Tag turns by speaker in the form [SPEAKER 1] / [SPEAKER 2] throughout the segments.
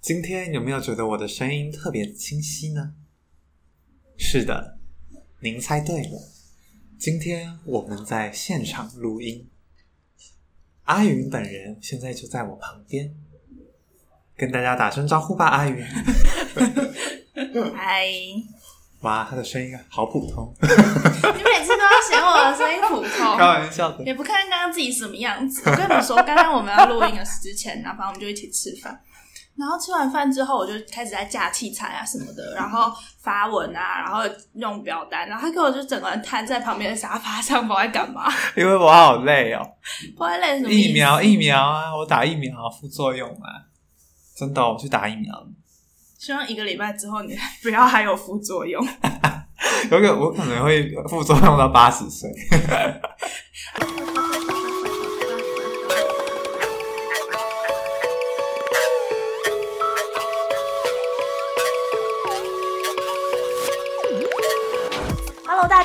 [SPEAKER 1] 今天有没有觉得我的声音特别清晰呢？是的，您猜对了。今天我们在现场录音，阿云本人现在就在我旁边，跟大家打声招呼吧，阿云。
[SPEAKER 2] 嗨，你
[SPEAKER 1] 哇，他的声音好普通，
[SPEAKER 2] 每次都要嫌我的声音普
[SPEAKER 1] 开
[SPEAKER 2] 通，
[SPEAKER 1] 玩笑的。
[SPEAKER 2] 也不看看刚刚自己什么样子。我跟你们说，刚刚我们要录音的之前，然后反正我们就一起吃饭。然后吃完饭之后，我就开始在架器材啊什么的，然后发文啊，然后用表单，然后他给我就整个人瘫在旁边的沙发上，不知道在干嘛，
[SPEAKER 1] 因为我好累哦，
[SPEAKER 2] 不知道在累什么意思
[SPEAKER 1] 疫苗疫苗啊，我打疫苗啊副作用啊，真的、哦我去打疫苗了。
[SPEAKER 2] 希望一个礼拜之后你不要还有副作用。
[SPEAKER 1] 有可我可能会副作用到八十岁。
[SPEAKER 2] Hello，大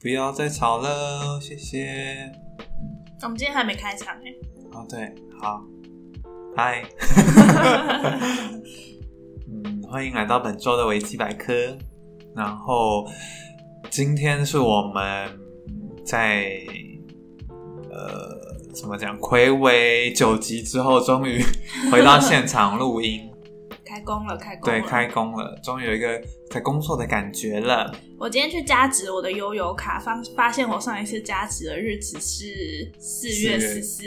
[SPEAKER 1] 不要再吵了，谢谢。
[SPEAKER 2] 我们今天还没开场哎、
[SPEAKER 1] 哦，对，好，嗨， 嗯，欢迎来到本周的维基百科。然后今天是我们在呃怎么讲，暌违九集之后，终 于回到现场录音，
[SPEAKER 2] 开工了，开工了。
[SPEAKER 1] 对，开工了，终于有一个在工作的感觉了。
[SPEAKER 2] 我今天去加值我的悠游卡，发发现我上一次加值的日子是四月
[SPEAKER 1] 四月
[SPEAKER 2] 十四，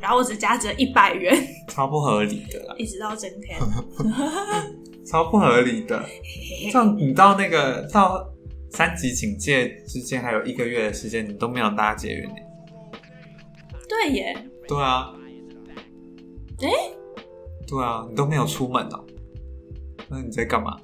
[SPEAKER 2] 然后我只加值了一百元，
[SPEAKER 1] 超不合理的啦，
[SPEAKER 2] 一直到今 天。
[SPEAKER 1] 超不合理的。这样你到那个到三级警戒之间还有一个月的时间，你都没有搭捷运耶
[SPEAKER 2] 对耶，
[SPEAKER 1] 对啊，
[SPEAKER 2] 诶
[SPEAKER 1] 对啊，你都没有出门哦、那你在干嘛？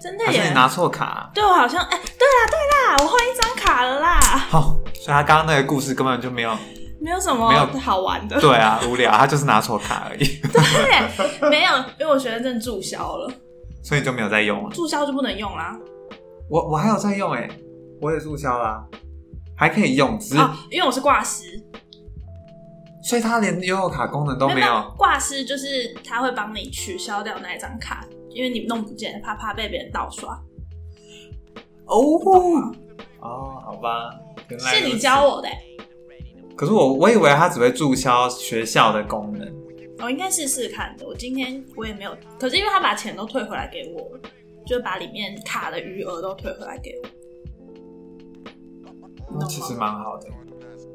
[SPEAKER 2] 真的
[SPEAKER 1] 还是
[SPEAKER 2] 耶
[SPEAKER 1] 你。拿错卡啊、
[SPEAKER 2] 对我好像哎、对啦对啦，我换一张卡了啦。
[SPEAKER 1] 好、哦所以他刚刚那个故事根本就 没有，
[SPEAKER 2] 没有什么
[SPEAKER 1] 没有
[SPEAKER 2] 好玩的，
[SPEAKER 1] 对啊，无聊，他就是拿错卡而已，
[SPEAKER 2] 对， 没有，因为我学生证注销了，
[SPEAKER 1] 所以就没有在用了。啊
[SPEAKER 2] 注销就不能用啦。
[SPEAKER 1] 我我还有在用哎、我也注销啦、还可以用，只是、
[SPEAKER 2] 啊，因为我是挂失，
[SPEAKER 1] 所以他连悠游卡功能都没
[SPEAKER 2] 没
[SPEAKER 1] 有。
[SPEAKER 2] 挂失，就是他会帮你取消掉那一张卡，因为你弄不见，怕怕被别人盗刷。
[SPEAKER 1] 哦，哦，好吧，原来
[SPEAKER 2] 是
[SPEAKER 1] 如
[SPEAKER 2] 你
[SPEAKER 1] 此
[SPEAKER 2] 教。我的欸、
[SPEAKER 1] 可是我我以为它只会注销学校的功能，
[SPEAKER 2] 我应该试试看的。我今天我也没有，可是因为他把钱都退回来给我了，就把里面卡的余额都退回来给我。你懂
[SPEAKER 1] 那
[SPEAKER 2] 吗
[SPEAKER 1] 其实蛮好的。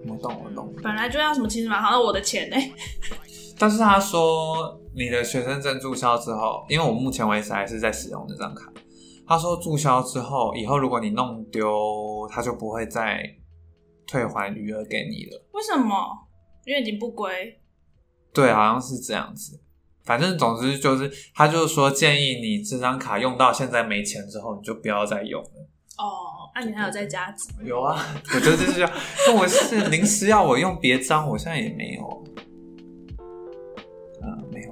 [SPEAKER 1] 我懂，我懂。
[SPEAKER 2] 本来就要什么，其实蛮好，那我的钱呢、
[SPEAKER 1] 但是他说你的学生证注销之后，因为我目前为止还是在使用这张卡。他说注销之后，以后如果你弄丢，他就不会再退还余额给你了。
[SPEAKER 2] 为什么？因为已经不归，
[SPEAKER 1] 对，好像是这样子。反正总之就是，他就是说建议你这张卡用到现在没钱之后，你就不要再用了。
[SPEAKER 2] 哦，那、你还有在加值？
[SPEAKER 1] 有啊，我觉得这是要，那我是临时要我用别张，我现在也没有，嗯、没有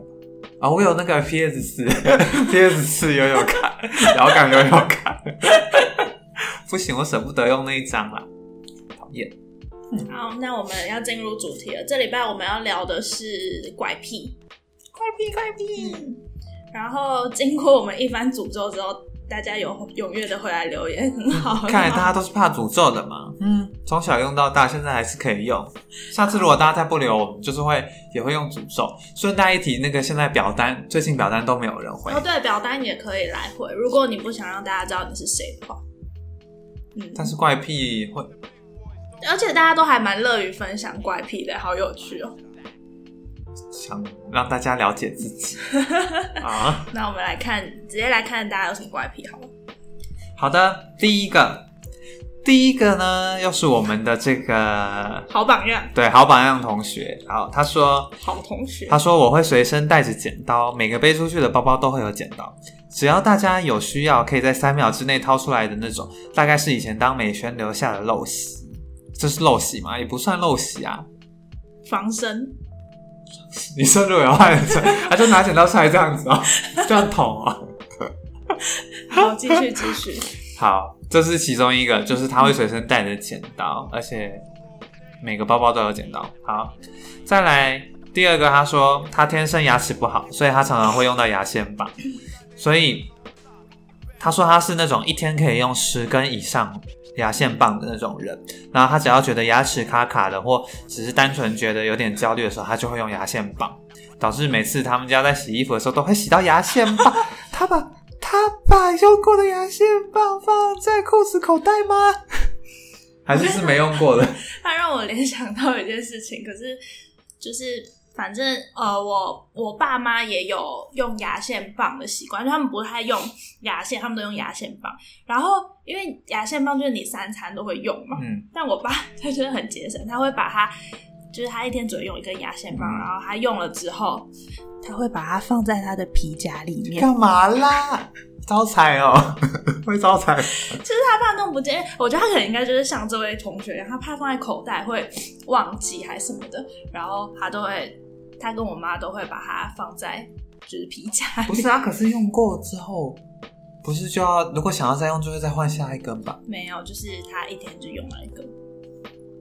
[SPEAKER 1] 啊、我有那个 PS 四 ，PS 四悠悠卡，遥感悠悠卡， 不行，我舍不得用那一张啦，讨厌。
[SPEAKER 2] 好，那我们要进入主题了。这礼拜我们要聊的是怪癖，怪癖，怪癖。然后经过我们一番诅咒之后，大家有踊跃的回来留言，很好。
[SPEAKER 1] 看来大
[SPEAKER 2] 他
[SPEAKER 1] 家都是怕诅咒的嘛，嗯，从小用到大，现在还是可以用。下次如果大家再不留，我们就是会也会用诅咒。顺带一提，那个现在表单最近表单都没有人回
[SPEAKER 2] 哦，，对，表单也可以来回。如果你不想让大家知道你是谁的话，嗯，
[SPEAKER 1] 但是怪癖会
[SPEAKER 2] 而且大家都还蛮乐于分享怪癖的，好有趣哦。
[SPEAKER 1] 想让大家了解自己 啊。
[SPEAKER 2] 那我们来看，直接来看大家有什么怪癖好了。
[SPEAKER 1] 好的，第一个，第一个呢，又是我们的这个
[SPEAKER 2] 好榜样，
[SPEAKER 1] 对好榜样同学，好，他说
[SPEAKER 2] 好同学
[SPEAKER 1] 他。说我会随身带着剪刀，每个背出去的包包都会有剪刀，只要大家有需要，可以在三秒之内掏出来的那种，大概是以前当美宣留下的陋习。这是陋习吗？也不算陋习啊。
[SPEAKER 2] 防身，
[SPEAKER 1] 你说如果有坏人， 他就拿剪刀出来这样子哦，这样捅哦。
[SPEAKER 2] 好，继续继续。
[SPEAKER 1] 好，这是其中一个，就是他会随身带着剪刀，而且每个包包都有剪刀。好，再来第二个，他说他天生牙齿不好，所以他常常会用到牙线棒，所以他说他是那种一天可以用十根以上。牙线棒的那种人，然后他只要觉得牙齿卡卡的，或只是单纯觉得有点焦虑的时候，他就会用牙线棒，导致每次他们家在洗衣服的时候都会洗到牙线棒。 他把他把用过的牙线棒放在裤子口袋吗？ 还是是没用过 的？
[SPEAKER 2] 他让我联想到一件事情，可是就是反正呃，我我爸妈也有用牙线棒的习惯，就他们不太用牙线，他们都用牙线棒。然后因为牙线棒就是你三餐都会用嘛，
[SPEAKER 1] 嗯，
[SPEAKER 2] 但我爸 他就是很节省，他会把它就是他一天只会用一根牙线棒，然后他用了之后，他会把它放在他的皮夹里面。
[SPEAKER 1] 干嘛啦？招财哦， 会招财。
[SPEAKER 2] 就是他怕弄不见，我觉得他可能应该就是像这位同学一样，他怕放在口袋会忘记还是什么的，然后他都会，他跟我妈都会把它放在就是 皮夹里。
[SPEAKER 1] 不是啊，可是用过之后，不是就要如果想要再用，就会再换下一根吧？
[SPEAKER 2] 没有，就是他一天就用了一个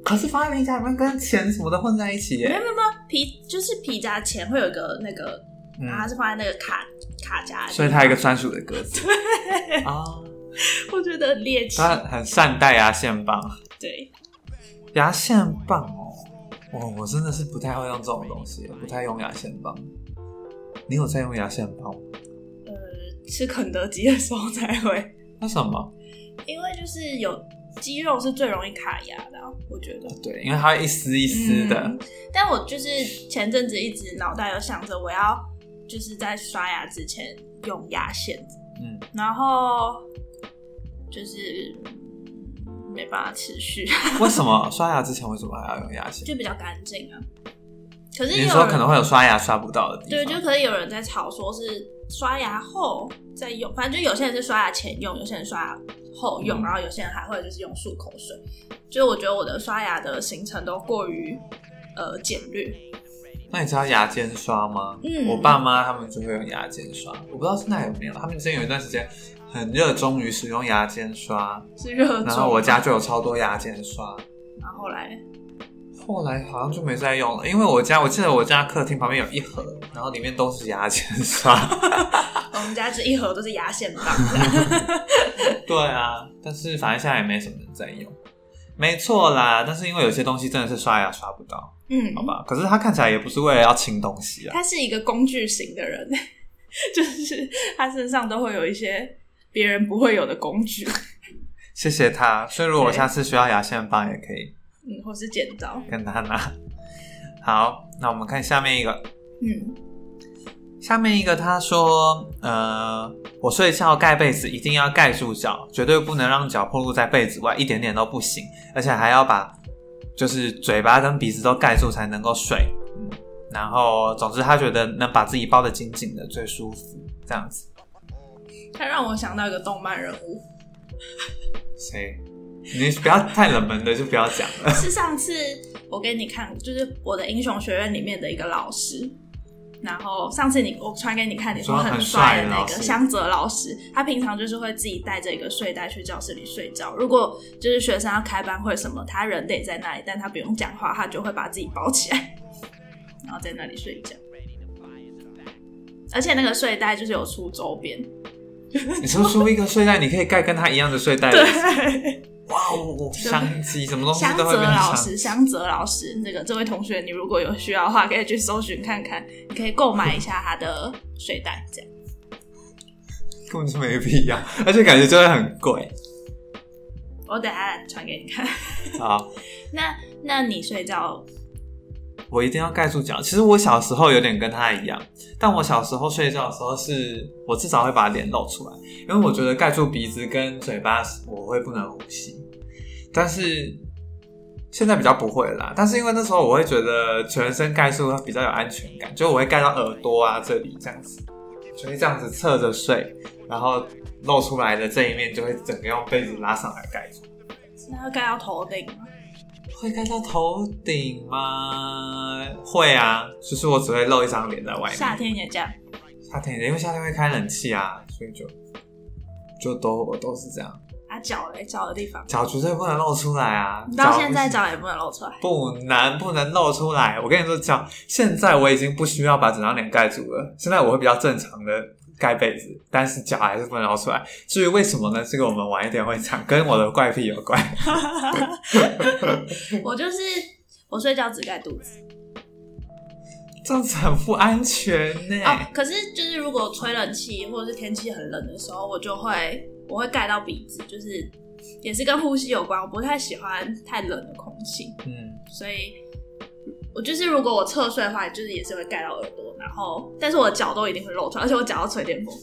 [SPEAKER 1] 可是放在皮夹里面跟钱什么的混在一起
[SPEAKER 2] 没有
[SPEAKER 1] 耶。
[SPEAKER 2] 没有没有皮，就是皮夹前会有一个那个，
[SPEAKER 1] 嗯
[SPEAKER 2] 然后他是放在那个卡卡夹里，
[SPEAKER 1] 所以它有一个专属的格 子。啊，
[SPEAKER 2] 我觉得很猎奇，
[SPEAKER 1] 他很善待牙线棒，
[SPEAKER 2] 对，
[SPEAKER 1] 牙线棒哦，我我真的是不太会用这种东西，不太用牙线棒。你有在用牙线棒吗？
[SPEAKER 2] 呃，吃肯德基的时候才会，
[SPEAKER 1] 那什么？
[SPEAKER 2] 因为就是有肌肉是最容易卡牙的啊、我觉得。
[SPEAKER 1] 对，因为它会一丝一丝的。
[SPEAKER 2] 嗯但我就是前阵子一直脑袋有想着我要就是在刷牙之前用牙线，
[SPEAKER 1] 嗯，
[SPEAKER 2] 然后就是没办法持续，
[SPEAKER 1] 嗯为什么刷牙之前为什么还要用牙线？
[SPEAKER 2] 就比较干净啊。可是也
[SPEAKER 1] 你
[SPEAKER 2] 有
[SPEAKER 1] 说
[SPEAKER 2] 人
[SPEAKER 1] 可能会有刷牙刷不到的地
[SPEAKER 2] 对，
[SPEAKER 1] 方，
[SPEAKER 2] 就可能有人在吵说是刷牙后再用，反正就有些人是刷牙前用，有些人刷牙后
[SPEAKER 1] 嗯
[SPEAKER 2] 用，然后有些人还会就是用漱口水。就我觉得我的刷牙的行程都过于呃简略，
[SPEAKER 1] 那你知道牙尖刷吗？
[SPEAKER 2] 嗯
[SPEAKER 1] 我爸妈他们就会用牙尖刷，我不知道现在有没有。他们之前有一段时间很热衷于使用牙尖刷，
[SPEAKER 2] 是热衷。
[SPEAKER 1] 然后我家就有超多牙尖刷。
[SPEAKER 2] 然后后来
[SPEAKER 1] 后来好像就没再用了，因为我家我记得我家客厅旁边有一盒，然后里面都是牙签刷。
[SPEAKER 2] 哦我们家这一盒都是牙线棒，
[SPEAKER 1] 对啊，但是反正现在也没什么人在用。没错啦，但是因为有些东西真的是刷牙刷不到，
[SPEAKER 2] 嗯
[SPEAKER 1] 好，吧？可是他看起来也不是为了要清东西啊。
[SPEAKER 2] 他是一个工具型的人， 就是他身上都会有一些别人不会有的工具，嗯
[SPEAKER 1] 谢谢他，所以如果我
[SPEAKER 2] 对
[SPEAKER 1] 下次需要牙线棒，也可以
[SPEAKER 2] 嗯，或是剪刀，
[SPEAKER 1] 跟他拿。好，那我们看下面一个，
[SPEAKER 2] 嗯，
[SPEAKER 1] 下面一个他说，呃，我睡觉盖被子一定要盖住脚，绝对不能让脚暴露在被子外，一点点都不行，而且还要把就是嘴巴跟鼻子都盖住才能够睡。嗯，然后总之他觉得能把自己包得紧紧的最舒服，这样子。
[SPEAKER 2] 他让我想到一个动漫人物，
[SPEAKER 1] 谁？你不要太冷门的就不要讲了。
[SPEAKER 2] 是上次我给你看，就是我的英雄学院里面的一个老师。然后上次你我传给你看，你说
[SPEAKER 1] 说很
[SPEAKER 2] 很帅
[SPEAKER 1] 帅的
[SPEAKER 2] 的那
[SPEAKER 1] 老
[SPEAKER 2] 个
[SPEAKER 1] 师
[SPEAKER 2] 香泽老师，他平常就是会自己带着一个睡袋去教室里睡觉。如果就是学生要开班会什么，他人得在那里，但他不用讲话，他就会把自己包起来，然后在那里睡觉。而且那个睡袋就是有出周边，
[SPEAKER 1] 你说出一个睡袋，你可以盖跟他一样的睡袋。
[SPEAKER 2] 对，
[SPEAKER 1] 哇哦，香鸡什么东西
[SPEAKER 2] 香
[SPEAKER 1] 都会
[SPEAKER 2] 泽
[SPEAKER 1] 变成
[SPEAKER 2] 老
[SPEAKER 1] 香
[SPEAKER 2] 师，香泽老师，那个这位同学，你如果有需要的话，可以去搜寻看看，你可以购买一下他的睡袋，这样。
[SPEAKER 1] 根本就没必要，而且感觉就会很贵。
[SPEAKER 2] 我等下传给你看。
[SPEAKER 1] 好，
[SPEAKER 2] 那那你睡觉，
[SPEAKER 1] 我一定要盖住脚。其实我小时候有点跟他一样，但我小时候睡觉的时候是，我至少会把脸露出来，因为我觉得盖住鼻子跟嘴巴，我会不能呼吸。但是现在比较不会啦。但是因为那时候我会觉得全身盖住比较有安全感，就我会盖到耳朵啊这里这样子，就会这样子侧着睡，然后露出来的这一面就会整个用被子拉上来盖住。
[SPEAKER 2] 那会盖到头顶吗？
[SPEAKER 1] 会盖到头顶吗？会啊，就是我只会露一张脸在外面。
[SPEAKER 2] 夏天也这样，
[SPEAKER 1] 夏天，因为夏天会开冷气啊，所以就就都我都是这样，
[SPEAKER 2] 啊脚嘞脚的地方，
[SPEAKER 1] 脚绝对不能露出来啊。
[SPEAKER 2] 你到
[SPEAKER 1] 脚
[SPEAKER 2] 现在
[SPEAKER 1] 不行
[SPEAKER 2] 脚也不能露出来，
[SPEAKER 1] 不能不能露出来。我跟你说，脚现在我已经不需要把整张脸盖住了，现在我会比较正常的盖被子，但是脚还是不能露出来。至于为什么呢？这个我们晚一点会讲，跟我的怪癖有关。
[SPEAKER 2] 我就是我睡觉只盖肚子
[SPEAKER 1] 这样子很不安全呢、
[SPEAKER 2] 哦。可是就是如果吹冷气或者是天气很冷的时候，我就会我会盖到鼻子，就是也是跟呼吸有关。我不太喜欢太冷的空气，
[SPEAKER 1] 嗯，
[SPEAKER 2] 所以我就是如果我侧睡的话，就是也是会盖到耳朵，然后但是我的脚都一定会露出来，而且我脚要吹电风。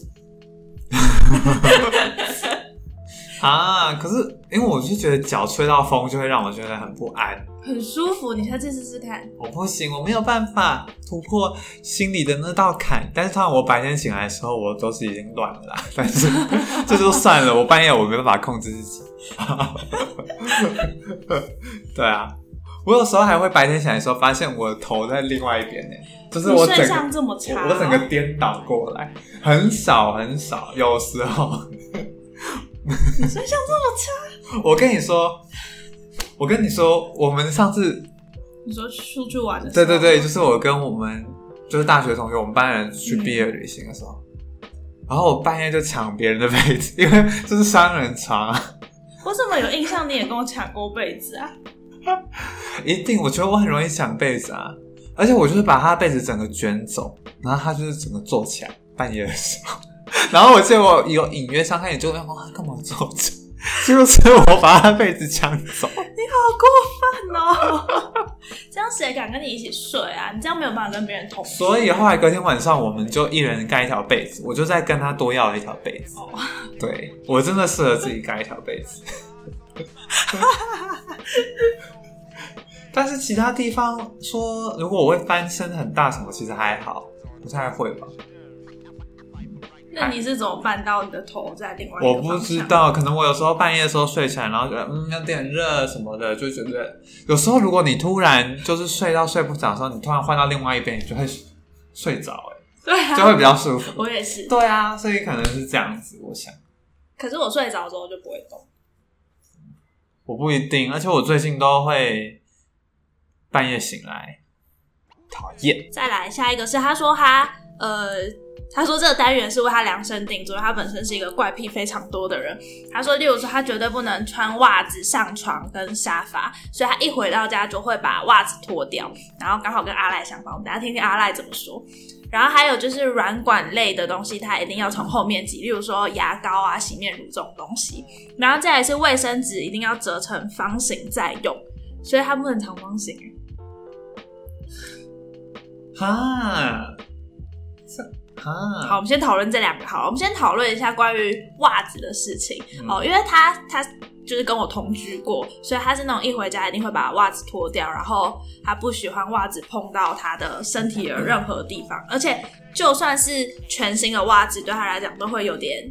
[SPEAKER 1] 啊，可是因为我就觉得脚吹到风就会让我觉得很不安，
[SPEAKER 2] 很舒服，你下次试试看。
[SPEAKER 1] 我不行，我没有办法突破心里的那道坎。但是，通常我白天醒来的时候，我都是已经乱了啦。 但是这就算了，我半夜我没办法控制自己。 对啊，我有时候还会白天醒来的时候，发现我头在另外一边呢、就是
[SPEAKER 2] 你
[SPEAKER 1] 我整
[SPEAKER 2] 睡
[SPEAKER 1] 个
[SPEAKER 2] 相这么差、
[SPEAKER 1] 我我整个颠倒过来，很少很少，有时候。
[SPEAKER 2] 你睡相这么差。
[SPEAKER 1] 我跟你说，我跟你说，我们上次
[SPEAKER 2] 你说出去玩的时
[SPEAKER 1] 对对
[SPEAKER 2] 候，
[SPEAKER 1] 对，就是我跟我们就是大学同学，我们班人去毕业旅行的时候，然后我半夜就抢别人的被子，因为这是双人床啊，
[SPEAKER 2] 我怎么有印象你也跟我抢过被子啊？
[SPEAKER 1] 一定我觉得我很容易抢被子啊，而且我就是把他的被子整个卷走，然后他就是整个坐起来，半夜的时候， 然后我记得我有隐约相看，也就问我他干嘛坐着， 就是我把他的被子抢走，
[SPEAKER 2] 好过分哦！ 这样谁敢跟你一起睡啊？你这样没有办法跟别人同
[SPEAKER 1] 所以后来隔天晚上，我们就一人盖一条被子，我就再跟他多要了一条被子。
[SPEAKER 2] 哦
[SPEAKER 1] 对我真的适合自己盖一条被子。但是其他地方说，如果我会翻身很大什么，其实还好，不太会吧？
[SPEAKER 2] 那你是怎么办到你的头在另外一
[SPEAKER 1] 我
[SPEAKER 2] 个
[SPEAKER 1] 不
[SPEAKER 2] 方向
[SPEAKER 1] 知。道，可能我有时候半夜的时候睡起来，然后觉得嗯有点热什么的，就觉得嗯有时候如果你突然就是睡到睡不着的时候，你突然换到另外一边，你就会睡着、欸，
[SPEAKER 2] 对
[SPEAKER 1] 就会
[SPEAKER 2] 啊，
[SPEAKER 1] 比较舒服。
[SPEAKER 2] 我也是。
[SPEAKER 1] 对啊，所以可能是这样子，我想
[SPEAKER 2] 可是我睡着之后就不会动。
[SPEAKER 1] 我不一定，而且我最近都会半夜醒来，讨厌。
[SPEAKER 2] 再来下一个是他说他呃，他说这个单元是为他量身定做，他本身是一个怪癖非常多的人。他说，例如说他绝对不能穿袜子上床跟沙发，所以他一回到家就会把袜子脱掉，然后刚好跟阿赖相反。我们大家听听阿赖怎么说。然后还有就是软管类的东西，它一定要从后面挤，例如说牙膏啊、洗面乳这种东西。然后再来是卫生纸，一定要折成方形再用，所以它不能长方形。
[SPEAKER 1] 哈，这哈，
[SPEAKER 2] 好，我们先讨论这两个好了。我们先讨论一下关于袜子的事情
[SPEAKER 1] 嗯
[SPEAKER 2] 哦，因为他他就是跟我同居过，所以他是那种一回家一定会把袜子脱掉，然后他不喜欢袜子碰到他的身体的任何地方，而且就算是全新的袜子，对他来讲都会有点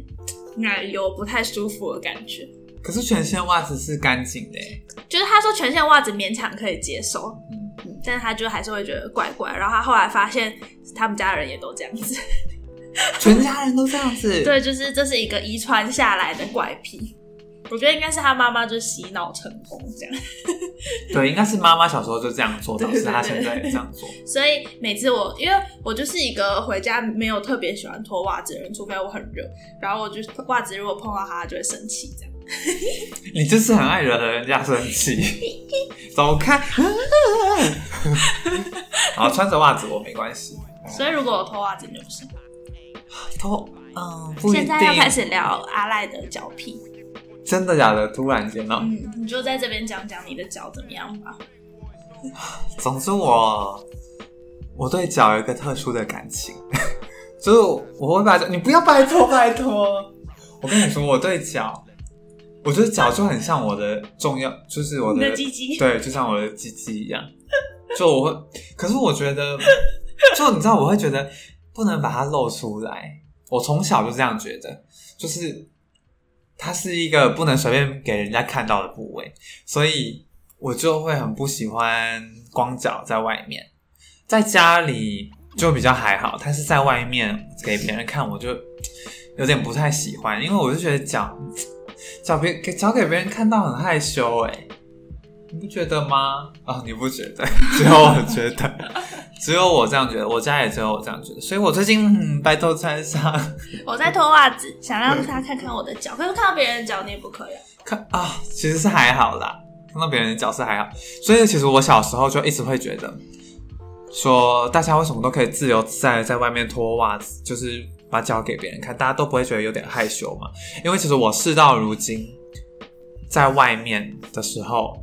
[SPEAKER 2] 奶油不太舒服的感觉。
[SPEAKER 1] 可是全新的袜子是干净的欸，
[SPEAKER 2] 就是他说全线袜子勉强可以接受，
[SPEAKER 1] 嗯，
[SPEAKER 2] 嗯但是他就还是会觉得怪怪。然后他后来发现他们家人也都这样子，
[SPEAKER 1] 全家人都这样子。，
[SPEAKER 2] 对，就是这是一个遗传下来的怪癖。我觉得应该是他妈妈就洗脑成功这样，
[SPEAKER 1] 对，应该是妈妈小时候就这样做，导
[SPEAKER 2] 对
[SPEAKER 1] 致
[SPEAKER 2] 对
[SPEAKER 1] 她
[SPEAKER 2] 对
[SPEAKER 1] 现在也这样做。
[SPEAKER 2] 所以每次我因为我就是一个回家没有特别喜欢脱袜子的人，除非我很热，然后我就袜子如果碰到它就会生气这样。
[SPEAKER 1] 你就是很爱惹人家生 气，走开。 好，穿着袜子我没关系。
[SPEAKER 2] 所以如果我脱袜子你就不行。
[SPEAKER 1] 头，嗯，不一
[SPEAKER 2] 现在要开
[SPEAKER 1] 定。
[SPEAKER 2] 始聊阿赖的脚癖，
[SPEAKER 1] 真的假的？突然间哦。
[SPEAKER 2] 嗯，你就在这边讲讲你的脚怎么样吧。
[SPEAKER 1] 总之我我对脚有一个特殊的感情， 就是我会把脚，你不要拜托拜托，我跟你说，我对脚我觉得脚就很像我的重要，就是我
[SPEAKER 2] 你
[SPEAKER 1] 的
[SPEAKER 2] 的鸡鸡
[SPEAKER 1] 对，就像我的鸡鸡一样。就我会，可是我觉得，就你知道，我会觉得不能把它露出来。我从小就这样觉得，就是它是一个不能随便给人家看到的部位，所以我就会很不喜欢光脚在外面。在家里就比较还好，但是在外面给别人看，我就有点不太喜欢，因为我就觉得脚脚别给脚给别人看到很害羞哎、你不觉得吗？啊、你不觉得？ 只有我觉得，只有我这样觉得，我家也只有我这样觉得，所以我最近、嗯、白头穿上
[SPEAKER 2] 我在脱袜子，想让他看看我的脚，可是看到别人的脚你也不可以啊。
[SPEAKER 1] 看啊，其实是还好啦，看到别人的脚是还好，所以其实我小时候就一直会觉得，说大家为什么都可以自由自在地在外面脱袜子，就是把脚给别人看，大家都不会觉得有点害羞嘛？因为其实我事到如今，在外面的时候。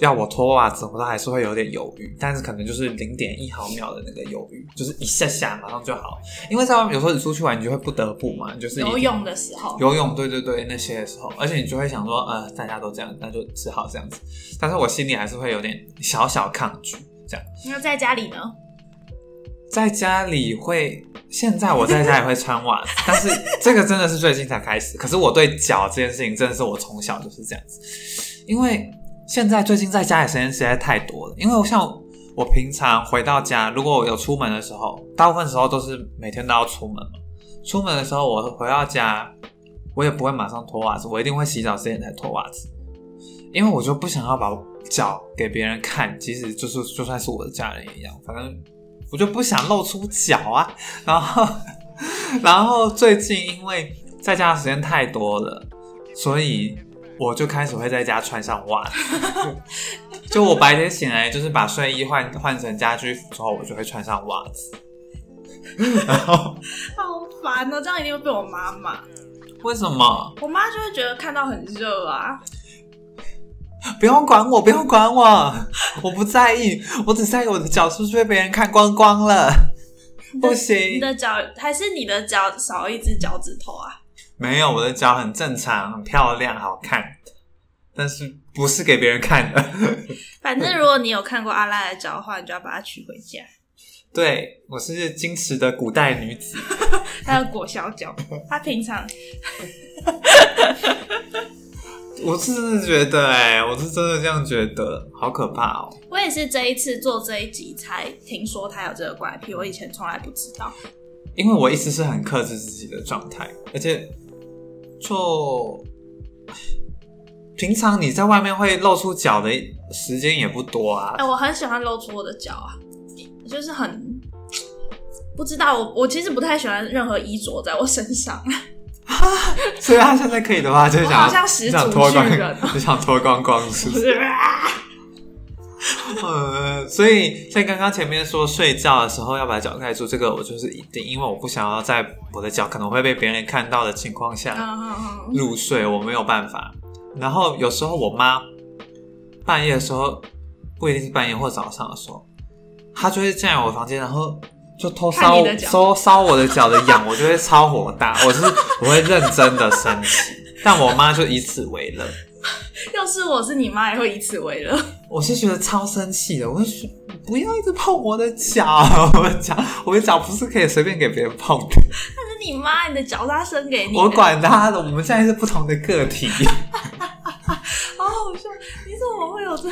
[SPEAKER 1] 要我脱袜子，我都还是会有点犹豫，但是可能就是零点一毫秒的那个犹豫，就是一下下马上就好。因为在外面有时候你出去玩，你就会不得不嘛，就是一定
[SPEAKER 2] 游泳的时候，
[SPEAKER 1] 游泳，对对对，那些的时候，而且你就会想说，呃，大家都这样，那就只好这样子。但是我心里还是会有点小小抗拒。这样，
[SPEAKER 2] 那在家里呢？
[SPEAKER 1] 在家里会，现在我在家里会穿袜子，但是这个真的是最近才开始。可是我对脚这件事情，真的是我从小就是这样子，因为现在最近在家里时间实在太多了。因为像我平常回到家，如果我有出门的时候，大部分时候都是每天都要出门嘛。出门的时候，我回到家，我也不会马上脱袜子，我一定会洗澡之前才脱袜子，因为我就不想要把脚给别人看，即使就是就算是我的家人一样，反正我就不想露出脚啊。然后， 然后最近因为在家的时间太多了，所以我就开始会在家穿上袜子。就我白天醒来，就是把睡衣换换成家居服之后，我就会穿上袜子。然后
[SPEAKER 2] 好烦哦，这样一定会被我妈骂。
[SPEAKER 1] 为什么？
[SPEAKER 2] 我妈就会觉得看到很热啊，
[SPEAKER 1] 不用管我，不用管我，我不在意，我只在意我的脚是不是被别人看光光了。不
[SPEAKER 2] 你
[SPEAKER 1] 行，
[SPEAKER 2] 的脚还是你的脚少一只脚趾头啊？
[SPEAKER 1] 没有，我的脚很正常，很漂亮，好看，但是不是给别人看的。
[SPEAKER 2] 反正如果你有看过阿拉的脚的话，你就要把它娶回家。
[SPEAKER 1] 对我是矜持的古代女子，
[SPEAKER 2] 还有裹小脚，她平常
[SPEAKER 1] 我是觉得、哎，我是真的这样觉得，好可怕哦。
[SPEAKER 2] 我也是这一次做这一集才听说她有这个怪癖，我以前从来不知道。
[SPEAKER 1] 因为我一直是很克制自己的状态，而且就平常你在外面会露出脚的时间也不多啊
[SPEAKER 2] 哎、，我很喜欢露出我的脚啊，就是很不知道我我其实不太喜欢任何衣着在我身上。
[SPEAKER 1] 所以他现在可以的话，就是想
[SPEAKER 2] 我好像始
[SPEAKER 1] 就想
[SPEAKER 2] 祖
[SPEAKER 1] 脱光
[SPEAKER 2] 巨人哦，
[SPEAKER 1] 就想脱光光，是不是？啊呃，所以像刚刚前面说睡觉的时候要把脚盖住，这个我就是一定，因为我不想要在我的脚可能会被别人看到的情况下，
[SPEAKER 2] 嗯嗯嗯，
[SPEAKER 1] 入睡，我没有办法。然后有时候我妈半夜的时候，不一定是半夜或早上的时候，她就会进来我房间，然后就偷
[SPEAKER 2] 看
[SPEAKER 1] 搔
[SPEAKER 2] 你的脚
[SPEAKER 1] 搔搔我的脚的痒，我就会超火大，我是我会认真的生气，但我妈就以此为乐。
[SPEAKER 2] 要是我是你妈，也会以此为乐。
[SPEAKER 1] 我是觉得超生气的，我就说不要一直碰我的脚，我的脚，我的脚不是可以随便给别人碰的，
[SPEAKER 2] 但是你妈，你的脚是她生给你的，
[SPEAKER 1] 我管他的，我们现在是不同的个体。
[SPEAKER 2] 好好笑。你怎么会有这？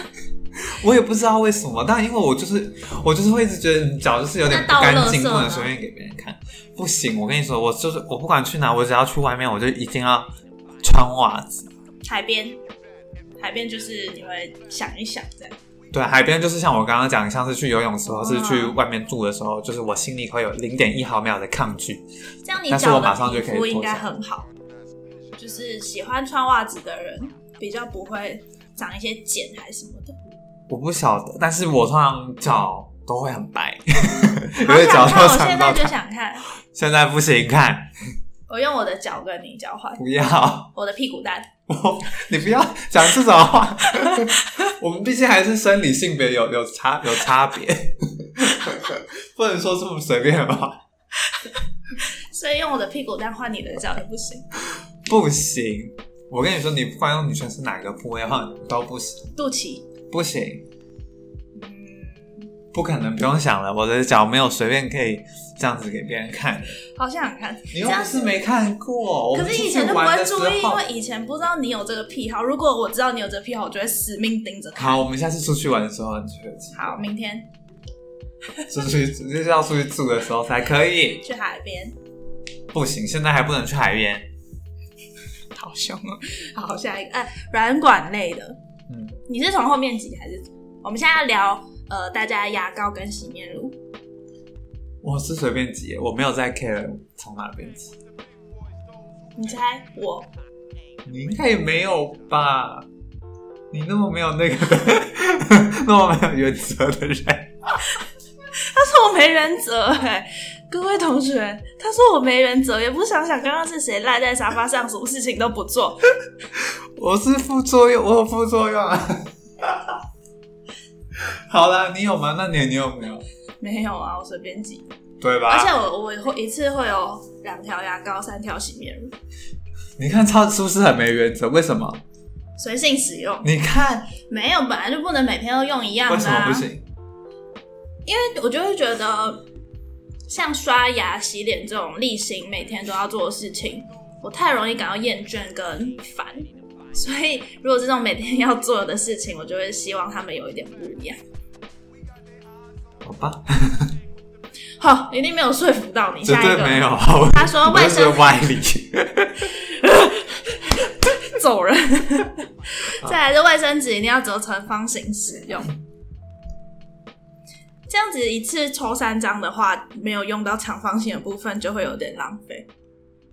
[SPEAKER 1] 我也不知道为什么，但因为我就是我就是会一直觉得脚就是有点不干净，
[SPEAKER 2] 那倒垃圾呢
[SPEAKER 1] 不能随便给别人看。不行，我跟你说，我就是我不管去哪，我只要去外面，我就一定要穿袜子。
[SPEAKER 2] 海边，海边就是你会想一想这样。
[SPEAKER 1] 对，海边就是像我刚刚讲，像是去游泳池或是
[SPEAKER 2] 嗯
[SPEAKER 1] 去外面住的时候，就是我心里会有零点一毫秒的抗拒。
[SPEAKER 2] 这样你
[SPEAKER 1] 但是
[SPEAKER 2] 脚
[SPEAKER 1] 我马上
[SPEAKER 2] 的
[SPEAKER 1] 就
[SPEAKER 2] 皮
[SPEAKER 1] 可以
[SPEAKER 2] 肤应
[SPEAKER 1] 脱
[SPEAKER 2] 该
[SPEAKER 1] 下
[SPEAKER 2] 很好，就是喜欢穿袜子的人比较不会长一些茧还是什么的。
[SPEAKER 1] 我不晓得，但是我通常脚都会很白，
[SPEAKER 2] 好
[SPEAKER 1] 因为脚
[SPEAKER 2] 想看，
[SPEAKER 1] 都
[SPEAKER 2] 我
[SPEAKER 1] 长
[SPEAKER 2] 现
[SPEAKER 1] 到
[SPEAKER 2] 在
[SPEAKER 1] 看
[SPEAKER 2] 就。想看，
[SPEAKER 1] 现在不行，看
[SPEAKER 2] 我用我的脚跟你交换
[SPEAKER 1] 不要。
[SPEAKER 2] 我的屁股蛋。
[SPEAKER 1] 我，你不要讲这种话。 我们毕竟还是生理性别有有差有差别， 不能说这么随便吧？
[SPEAKER 2] 所以用我的屁股蛋换你的脚也不行。
[SPEAKER 1] 不行，我跟你说，你不管用女生是哪个部位的话，都不行，
[SPEAKER 2] 肚脐，
[SPEAKER 1] 不行，
[SPEAKER 2] 嗯，
[SPEAKER 1] 不可能，不用想了。我的脚没有随便可以这样子给别人看，
[SPEAKER 2] 好想看。
[SPEAKER 1] 你
[SPEAKER 2] 这
[SPEAKER 1] 又
[SPEAKER 2] 样
[SPEAKER 1] 不
[SPEAKER 2] 子
[SPEAKER 1] 是没看过。
[SPEAKER 2] 可
[SPEAKER 1] 我们出
[SPEAKER 2] 是以
[SPEAKER 1] 去
[SPEAKER 2] 前就不
[SPEAKER 1] 玩
[SPEAKER 2] 会
[SPEAKER 1] 的时
[SPEAKER 2] 注
[SPEAKER 1] 候
[SPEAKER 2] 意，因为以前不知道你有这个癖好。如果我知道你有这个癖好，我就会死命盯着看。
[SPEAKER 1] 好，我们下次出去玩的时候，你就有机会
[SPEAKER 2] 好，明天
[SPEAKER 1] 出去就是要出去住的时候才可以。
[SPEAKER 2] 去海边。
[SPEAKER 1] 不行，现在还不能去海边。
[SPEAKER 2] 好凶哦！好，下一个，哎，软管类的，
[SPEAKER 1] 嗯，
[SPEAKER 2] 你是从后面挤还是？我们现在要聊呃，大家的牙膏跟洗面乳。
[SPEAKER 1] 我是随便挤，我没有在 care 从哪边挤。
[SPEAKER 2] 你猜我？嗯
[SPEAKER 1] 你应该也没有吧？你那么没有那个， 那么没有原则的人，
[SPEAKER 2] 他说我没原则哎、 各位同学，他说我没原则，也不想想刚刚是谁赖在沙发上，什么事情都不做。
[SPEAKER 1] 我是副作用，我有副作用啊。好啦，你有吗？那你你有没有？
[SPEAKER 2] 没有啊，我随便挤，
[SPEAKER 1] 对
[SPEAKER 2] 而且
[SPEAKER 1] 吧？
[SPEAKER 2] 我我会一次会有两条牙膏，三条洗面乳，
[SPEAKER 1] 你看超是不是很没原则？为什么？
[SPEAKER 2] 随性使用。
[SPEAKER 1] 你看
[SPEAKER 2] 没有，本来就不能每天都用一样
[SPEAKER 1] 为
[SPEAKER 2] 的、
[SPEAKER 1] 什么
[SPEAKER 2] 啊。
[SPEAKER 1] 不行？
[SPEAKER 2] 因为我就会觉得，像刷牙、洗脸这种例行每天都要做的事情，我太容易感到厌倦跟烦。所以，如果这种每天要做的事情，我就会希望他们有一点不一样。
[SPEAKER 1] 好吧，
[SPEAKER 2] 好，一定没有说服到你。
[SPEAKER 1] 绝
[SPEAKER 2] 下一
[SPEAKER 1] 对
[SPEAKER 2] 个
[SPEAKER 1] 没有。啊
[SPEAKER 2] 他说
[SPEAKER 1] 我
[SPEAKER 2] 卫
[SPEAKER 1] 是
[SPEAKER 2] 生
[SPEAKER 1] 歪理。
[SPEAKER 2] 走人。再来是卫生纸一定要折成方形使用。这样子一次抽三张的话，没有用到长方形的部分，就会有点浪费。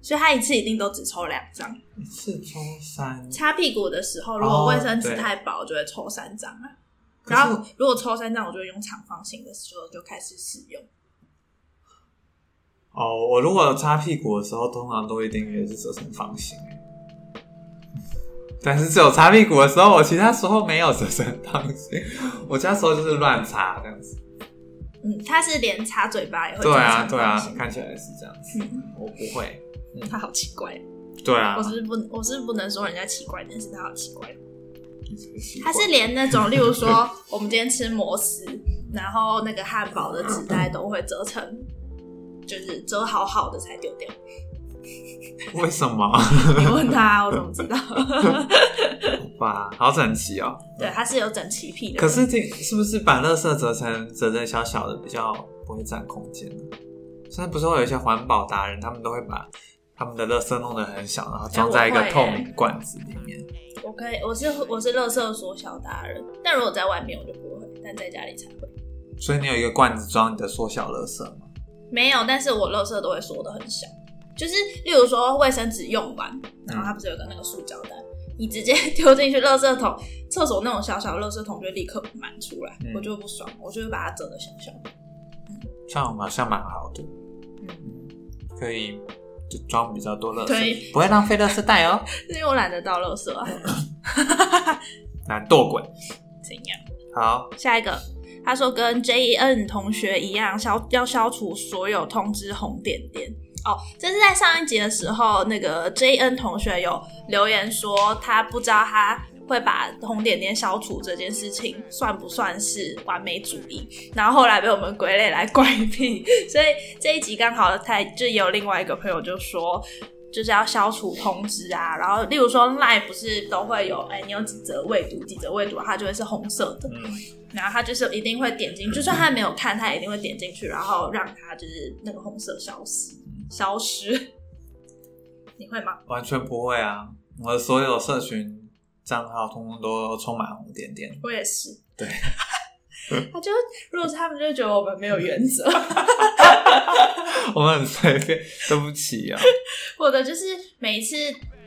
[SPEAKER 2] 所以他一次一定都只抽两张。
[SPEAKER 1] 一次抽三，
[SPEAKER 2] 擦屁股的时候，如果卫生
[SPEAKER 1] 哦
[SPEAKER 2] 纸
[SPEAKER 1] 对
[SPEAKER 2] 太薄，就会抽三张啊。
[SPEAKER 1] 可
[SPEAKER 2] 然
[SPEAKER 1] 是
[SPEAKER 2] 后如果抽三张，我就会用长方形的时候就开始使用。
[SPEAKER 1] 哦，我如果擦屁股的时候，通常都一定也是折成方形。但是只有擦屁股的时候，我其他时候没有折成方形，我其他时候就是乱擦这样子。
[SPEAKER 2] 嗯，它是连擦嘴巴也会
[SPEAKER 1] 对
[SPEAKER 2] 哦折
[SPEAKER 1] 啊，
[SPEAKER 2] 成
[SPEAKER 1] 对
[SPEAKER 2] 方
[SPEAKER 1] 啊
[SPEAKER 2] 形。，
[SPEAKER 1] 看起来是这样子。
[SPEAKER 2] 嗯，
[SPEAKER 1] 我不会。
[SPEAKER 2] 他好奇怪。
[SPEAKER 1] 对啊
[SPEAKER 2] 我，是不，我是不能说人家奇怪，但是他好奇怪。他
[SPEAKER 1] 它
[SPEAKER 2] 是连那种，例如说， 我们今天吃摩斯，然后那个汉堡的纸袋都会折成，就是折好好的才丢掉。
[SPEAKER 1] 为什么？
[SPEAKER 2] 你问他，我怎么知道？
[SPEAKER 1] 哇，好整齐哦。
[SPEAKER 2] 对，他是有整齐癖的。
[SPEAKER 1] 可是这是不是把垃圾折成折成小小的，比较不会占空间呢？现在不是会有一些环保达人，他们都会把他们的垃圾弄得很小，然后装在一个
[SPEAKER 2] 哎我会
[SPEAKER 1] 透
[SPEAKER 2] 耶
[SPEAKER 1] 明罐子里面。
[SPEAKER 2] 我可以，我是我是乐色缩小达人，但如果在外面我就不会，但在家里才会。
[SPEAKER 1] 所以你有一个罐子装你的缩小垃圾吗？
[SPEAKER 2] 没有，但是我乐色都会缩的很小，就是例如说卫生纸用完，然后它不是有个那个塑胶袋，你直接丢进去垃圾桶，厕所那种小小的垃圾桶就立刻满出来，
[SPEAKER 1] 嗯
[SPEAKER 2] 我就不爽，我就会把它折的小小的。
[SPEAKER 1] 这样好像蛮好的，
[SPEAKER 2] 嗯
[SPEAKER 1] 嗯可以就装比较多垃
[SPEAKER 2] 对
[SPEAKER 1] 圾，不会浪费垃圾袋哦。
[SPEAKER 2] 因为我懒得倒垃圾啊，
[SPEAKER 1] 懒惰鬼，
[SPEAKER 2] 怎样？
[SPEAKER 1] 好，
[SPEAKER 2] 下一个，他说跟 J E N 同学一样，消要消除所有通知红点点。哦，这是在上一集的时候，那个 J E N 同学有留言说，他不知道他会把红点点消除这件事情算不算是完美主义，然后后来被我们归类来怪癖，所以这一集刚好他就有另外一个朋友就说。就是要消除通知啊，然后例如说 Line 不是都会有，哎、你有几则未读，几则未读，啊它就会是红色的。
[SPEAKER 1] 嗯，
[SPEAKER 2] 然后他就是一定会点进，就算他没有看，他也一定会点进去，然后让他就是那个红色消失，消失。 你会吗？
[SPEAKER 1] 完全不会啊！我的所有社群账号通通都充满红点点，
[SPEAKER 2] 我也是。
[SPEAKER 1] 对，
[SPEAKER 2] 他就如果是他们就会觉得我们没有原则，
[SPEAKER 1] 我们很随便，对不起啊。
[SPEAKER 2] 我的就是每一次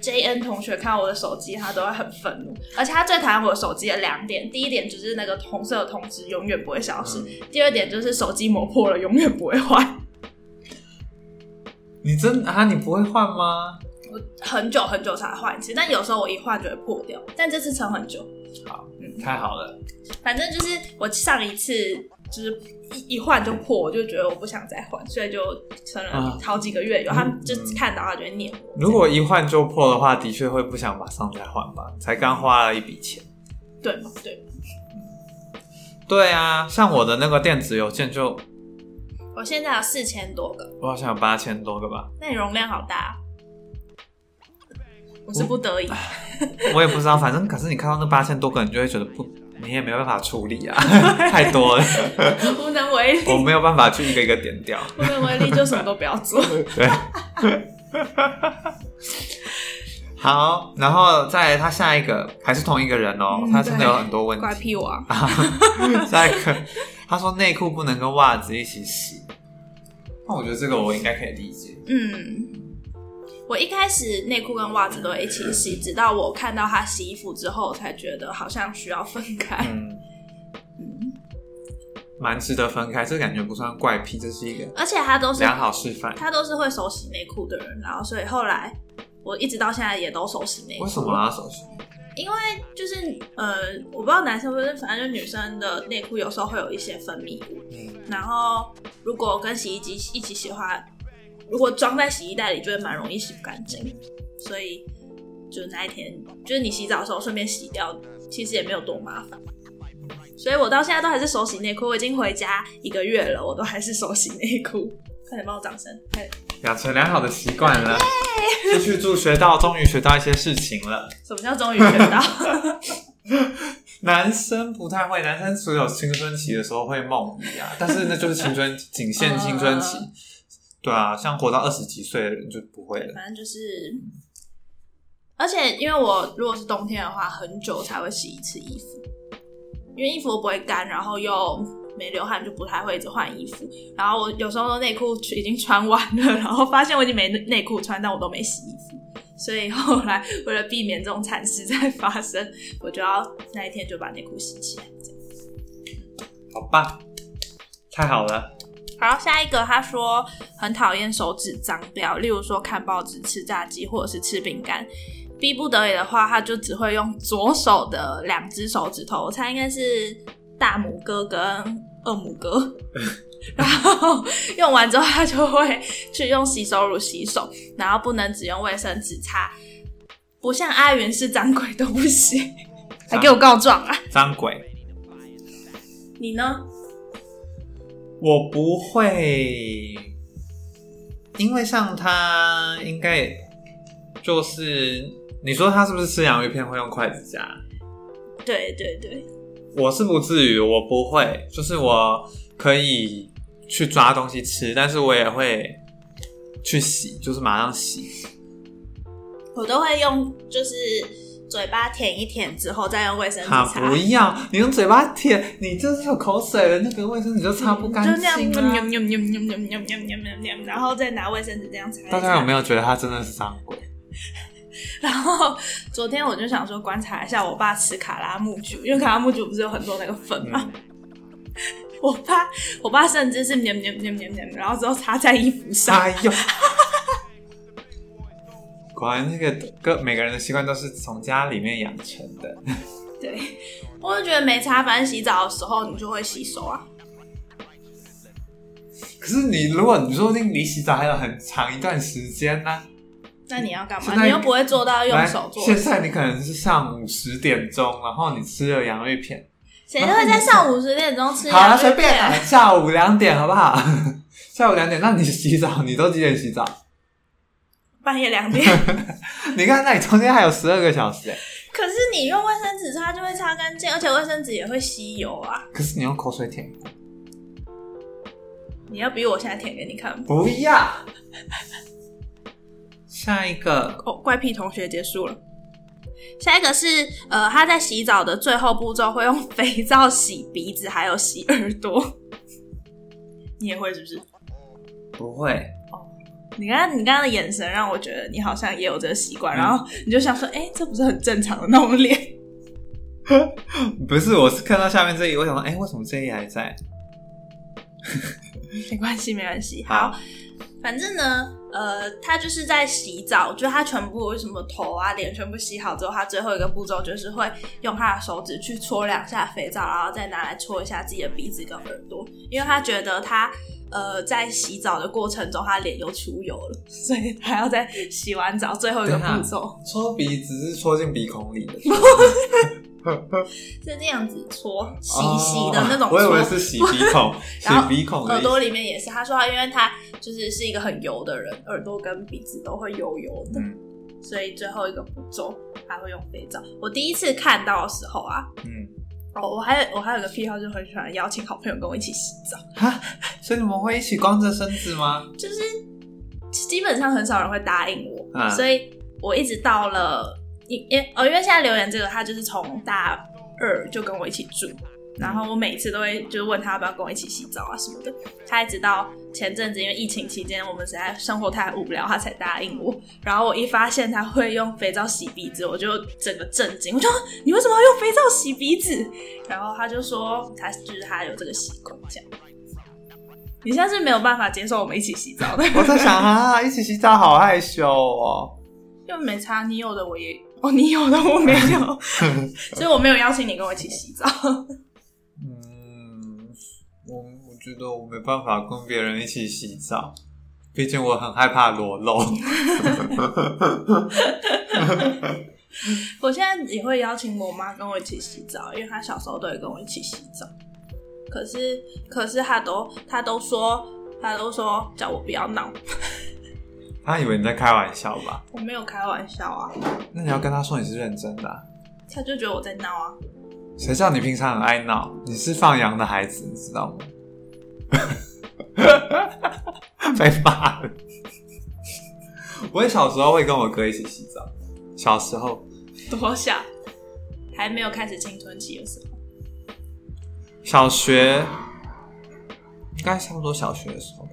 [SPEAKER 2] J N 同学看我的手机，他都会很愤怒，而且他最讨厌我的手机的两点，第一点就是那个红色的通知永远不会消失，
[SPEAKER 1] 嗯
[SPEAKER 2] 第二点就是手机磨破了永远不会坏。
[SPEAKER 1] 你真啊？你不会换吗？
[SPEAKER 2] 我很久很久才换一次，但有时候我一换就会破掉，但这次撑很久。
[SPEAKER 1] 太好了，
[SPEAKER 2] 反正就是我上一次就是一一换就破，我就觉得我不想再换，所以就存了
[SPEAKER 1] 啊
[SPEAKER 2] 好几个月有。他就
[SPEAKER 1] 嗯
[SPEAKER 2] 看到他就会念我。
[SPEAKER 1] 如果一换就破的话，的确会不想马上再换吧，才刚花了一笔钱。
[SPEAKER 2] 对嘛对，
[SPEAKER 1] 对啊，像我的那个电子邮件就，
[SPEAKER 2] 我现在有四千多个，
[SPEAKER 1] 我好像有八千多个吧，
[SPEAKER 2] 那你容量好大啊。我是不得已，
[SPEAKER 1] 啊我也不知道，反正可是你看到那八千多个，你就会觉得不，你也没办法处理 啊，太多了，
[SPEAKER 2] 无能为
[SPEAKER 1] 我
[SPEAKER 2] 力，
[SPEAKER 1] 没有办法去一个一个点掉。
[SPEAKER 2] 无能为力就什么都不要做。
[SPEAKER 1] 对。 好，然后再来他下一个还是同一个人哦，
[SPEAKER 2] 嗯
[SPEAKER 1] 他真的有很多问
[SPEAKER 2] 怪
[SPEAKER 1] 题。
[SPEAKER 2] 屁王，
[SPEAKER 1] 下一个，他说内裤不能跟袜子一起洗。那我觉得这个我应该可以理解。
[SPEAKER 2] 嗯，我一开始内裤跟袜子都会一起洗，直到我看到他洗衣服之后，才觉得好像需要分开。
[SPEAKER 1] 嗯，
[SPEAKER 2] 嗯，
[SPEAKER 1] 蛮值得分开，这感觉不算怪癖，这是一个
[SPEAKER 2] 而且他都是
[SPEAKER 1] 良好示范。
[SPEAKER 2] 他都是会手洗内裤的人，然后所以后来我一直到现在也都手洗内裤。
[SPEAKER 1] 为什么拉手洗？
[SPEAKER 2] 就是呃，我不知道男生会不会，反正就女生的内裤有时候会有一些分泌物，
[SPEAKER 1] 嗯，
[SPEAKER 2] 然后如果跟洗衣机一起洗的话，如果装在洗衣袋里，就会蛮容易洗不干净。所以就那一天，就是你洗澡的时候顺便洗掉，其实也没有多麻烦。所以我到现在都还是手洗内裤，我已经回家一个月了，我都还是手洗内裤。快点帮我掌声！快点
[SPEAKER 1] 养成良好的习惯了。继续助学到，终于学到一些事情了。
[SPEAKER 2] 什么叫终于学到？
[SPEAKER 1] 男生不太会，男生只有青春期的时候会梦遗啊，但是那就是青春仅限青春期
[SPEAKER 2] 嗯。
[SPEAKER 1] 对啊，像活到二十几岁的人就不会了。
[SPEAKER 2] 反正就是，而且因为我如果是冬天的话，很久才会洗一次衣服，因为衣服不会干，然后又没流汗，就不太会一直换衣服。然后我有时候内裤已经穿完了，然后发现我已经没内裤穿，但我都没洗衣服。所以后来为了避免这种惨事再发生，我就要那一天就把内裤洗起来。
[SPEAKER 1] 好吧，太好了。
[SPEAKER 2] 好，下一个他说很讨厌手指脏掉，例如说看报纸、吃炸鸡或者是吃饼干。逼不得已的话，他就只会用左手的两只手指头，我猜应该是大拇哥跟二拇哥。然后用完之后，他就会去用洗手乳洗手，然后不能只用卫生纸擦，不像阿云是脏鬼都不行，还给我告状啊！
[SPEAKER 1] 张鬼，
[SPEAKER 2] 你呢？
[SPEAKER 1] 我不会，因为像他应该也就是你说他是不是吃洋芋片会用筷子夹？
[SPEAKER 2] 对对对，
[SPEAKER 1] 我是不至于，我不会，就是我可以去抓东西吃，但是我也会去洗，就是马上洗。
[SPEAKER 2] 我都会用，就是嘴巴舔一舔之后，再用卫生纸
[SPEAKER 1] 啊，
[SPEAKER 2] 擦，
[SPEAKER 1] 不要，你用嘴巴舔，你就是有口水了，那个卫生纸就擦不干
[SPEAKER 2] 就
[SPEAKER 1] 净、啊
[SPEAKER 2] 那样喵喵喵喵喵喵喵喵喵喵喵，然后再拿卫生纸这样擦一擦。
[SPEAKER 1] 大家有没有觉得他真的是脏鬼？
[SPEAKER 2] 然后昨天我就想说观察一下我爸吃卡拉木酒，因为卡拉木酒不是有很多那个粉嘛。
[SPEAKER 1] 嗯，
[SPEAKER 2] 我爸，我爸甚至是喵喵喵喵喵，然后之后擦在衣服上。
[SPEAKER 1] 哎呦， 果然那个各每个人的习惯都是从家里面养成的。
[SPEAKER 2] 对，我就觉得没擦，反正洗澡的时候你就会洗手啊。
[SPEAKER 1] 可是你如果你说不定离洗澡还有很长一段时间呢、
[SPEAKER 2] 那你要干
[SPEAKER 1] 现
[SPEAKER 2] 嘛？
[SPEAKER 1] 在
[SPEAKER 2] 你又不会做到用
[SPEAKER 1] 来
[SPEAKER 2] 手做的
[SPEAKER 1] 现在你可能是上午十点钟，然后你吃了洋芋片，
[SPEAKER 2] 谁会在上午十点钟吃
[SPEAKER 1] 好
[SPEAKER 2] 洋
[SPEAKER 1] 了，
[SPEAKER 2] 芋
[SPEAKER 1] 随便啦，
[SPEAKER 2] 片？
[SPEAKER 1] 下午两点好不好？ 下午两点，那你洗澡，你都几点洗澡？
[SPEAKER 2] 半夜两点。
[SPEAKER 1] 你看，那你中间还有十二个小时欸，
[SPEAKER 2] 可是你用卫生纸擦就会擦干净，而且卫生纸也会吸油啊！
[SPEAKER 1] 可是你用口水舔，
[SPEAKER 2] 你要比我现在舔给你看吗？
[SPEAKER 1] 不要。下一个，
[SPEAKER 2] 哦，怪癖同学结束了。下一个是呃，他在洗澡的最后步骤会用肥皂洗鼻子，还有洗耳朵。你也会是不是？
[SPEAKER 1] 不会，
[SPEAKER 2] 你刚刚你刚刚的眼神让我觉得你好像也有这个习惯，然后你就想说，哎、这不是很正常的那种脸？
[SPEAKER 1] 不是，我是看到下面这里，我想说，哎、为什么这里还在？
[SPEAKER 2] 没关系，没关系。
[SPEAKER 1] 好
[SPEAKER 2] 好，反正呢，呃，他就是在洗澡，就是他全部什么头啊、脸全部洗好之后，他最后一个步骤就是会用他的手指去搓两下肥皂，然后再拿来搓一下自己的鼻子跟耳朵，因为他觉得他呃在洗澡的过程中，他脸又出油了，所以他要在洗完澡最后一个
[SPEAKER 1] 等一下
[SPEAKER 2] 步骤
[SPEAKER 1] 搓鼻子是搓进鼻孔里的，
[SPEAKER 2] 是这样子搓，洗洗的那种
[SPEAKER 1] 哦
[SPEAKER 2] 搓。
[SPEAKER 1] 我以为是洗鼻孔，洗
[SPEAKER 2] 然后
[SPEAKER 1] 鼻孔的
[SPEAKER 2] 耳
[SPEAKER 1] 意思
[SPEAKER 2] 朵里面也是，他说他因为他就是是一个很油的人，耳朵跟鼻子都会油油的，
[SPEAKER 1] 嗯
[SPEAKER 2] 所以最后一个步骤他会用肥皂。我第一次看到的时候啊，
[SPEAKER 1] 嗯，
[SPEAKER 2] 哦，我还有我还有个癖好，就是很喜欢邀请好朋友跟我一起洗澡，
[SPEAKER 1] 所以你们会一起光着身子吗？
[SPEAKER 2] 就是基本上很少人会答应我，
[SPEAKER 1] 嗯
[SPEAKER 2] 所以我一直到了因因哦，因为现在留言这个他就是从大二就跟我一起住，然后我每次都会就是问他要不要跟我一起洗澡啊什么的。他一直到前阵子因为疫情期间，我们实在生活太无聊，他才答应我。然后我一发现他会用肥皂洗鼻子，我就整个震惊，我就说你为什么要用肥皂洗鼻子？然后他就说他就是他有这个习惯这样。你现在是没有办法接 受我们一起洗澡的，
[SPEAKER 1] 我在想啊，一起洗澡好害羞哦。
[SPEAKER 2] 又没差，你有的我也哦，你有的我没 有，所以我没有邀请你跟我一起洗澡。
[SPEAKER 1] 嗯，我我觉得我没办法跟别人一起洗澡，毕竟我很害怕裸露。
[SPEAKER 2] 我现在也会邀请我妈跟我一起洗澡，因为她小时候都会跟我一起洗澡。可是，可是她都她都说，她都说叫我不要闹，
[SPEAKER 1] 他以为你在开玩笑吧？
[SPEAKER 2] 我没有开玩笑啊，
[SPEAKER 1] 那你要跟他说你是认真的啊、
[SPEAKER 2] 她就觉得我在闹啊。
[SPEAKER 1] 谁叫你平常很爱闹？你是放羊的孩子，你知道吗？ 被骂了。我也小时候会跟我哥一起洗澡，小时候
[SPEAKER 2] 多小，还没有开始青春期的时候，
[SPEAKER 1] 小学应该差不多小学的时候吧。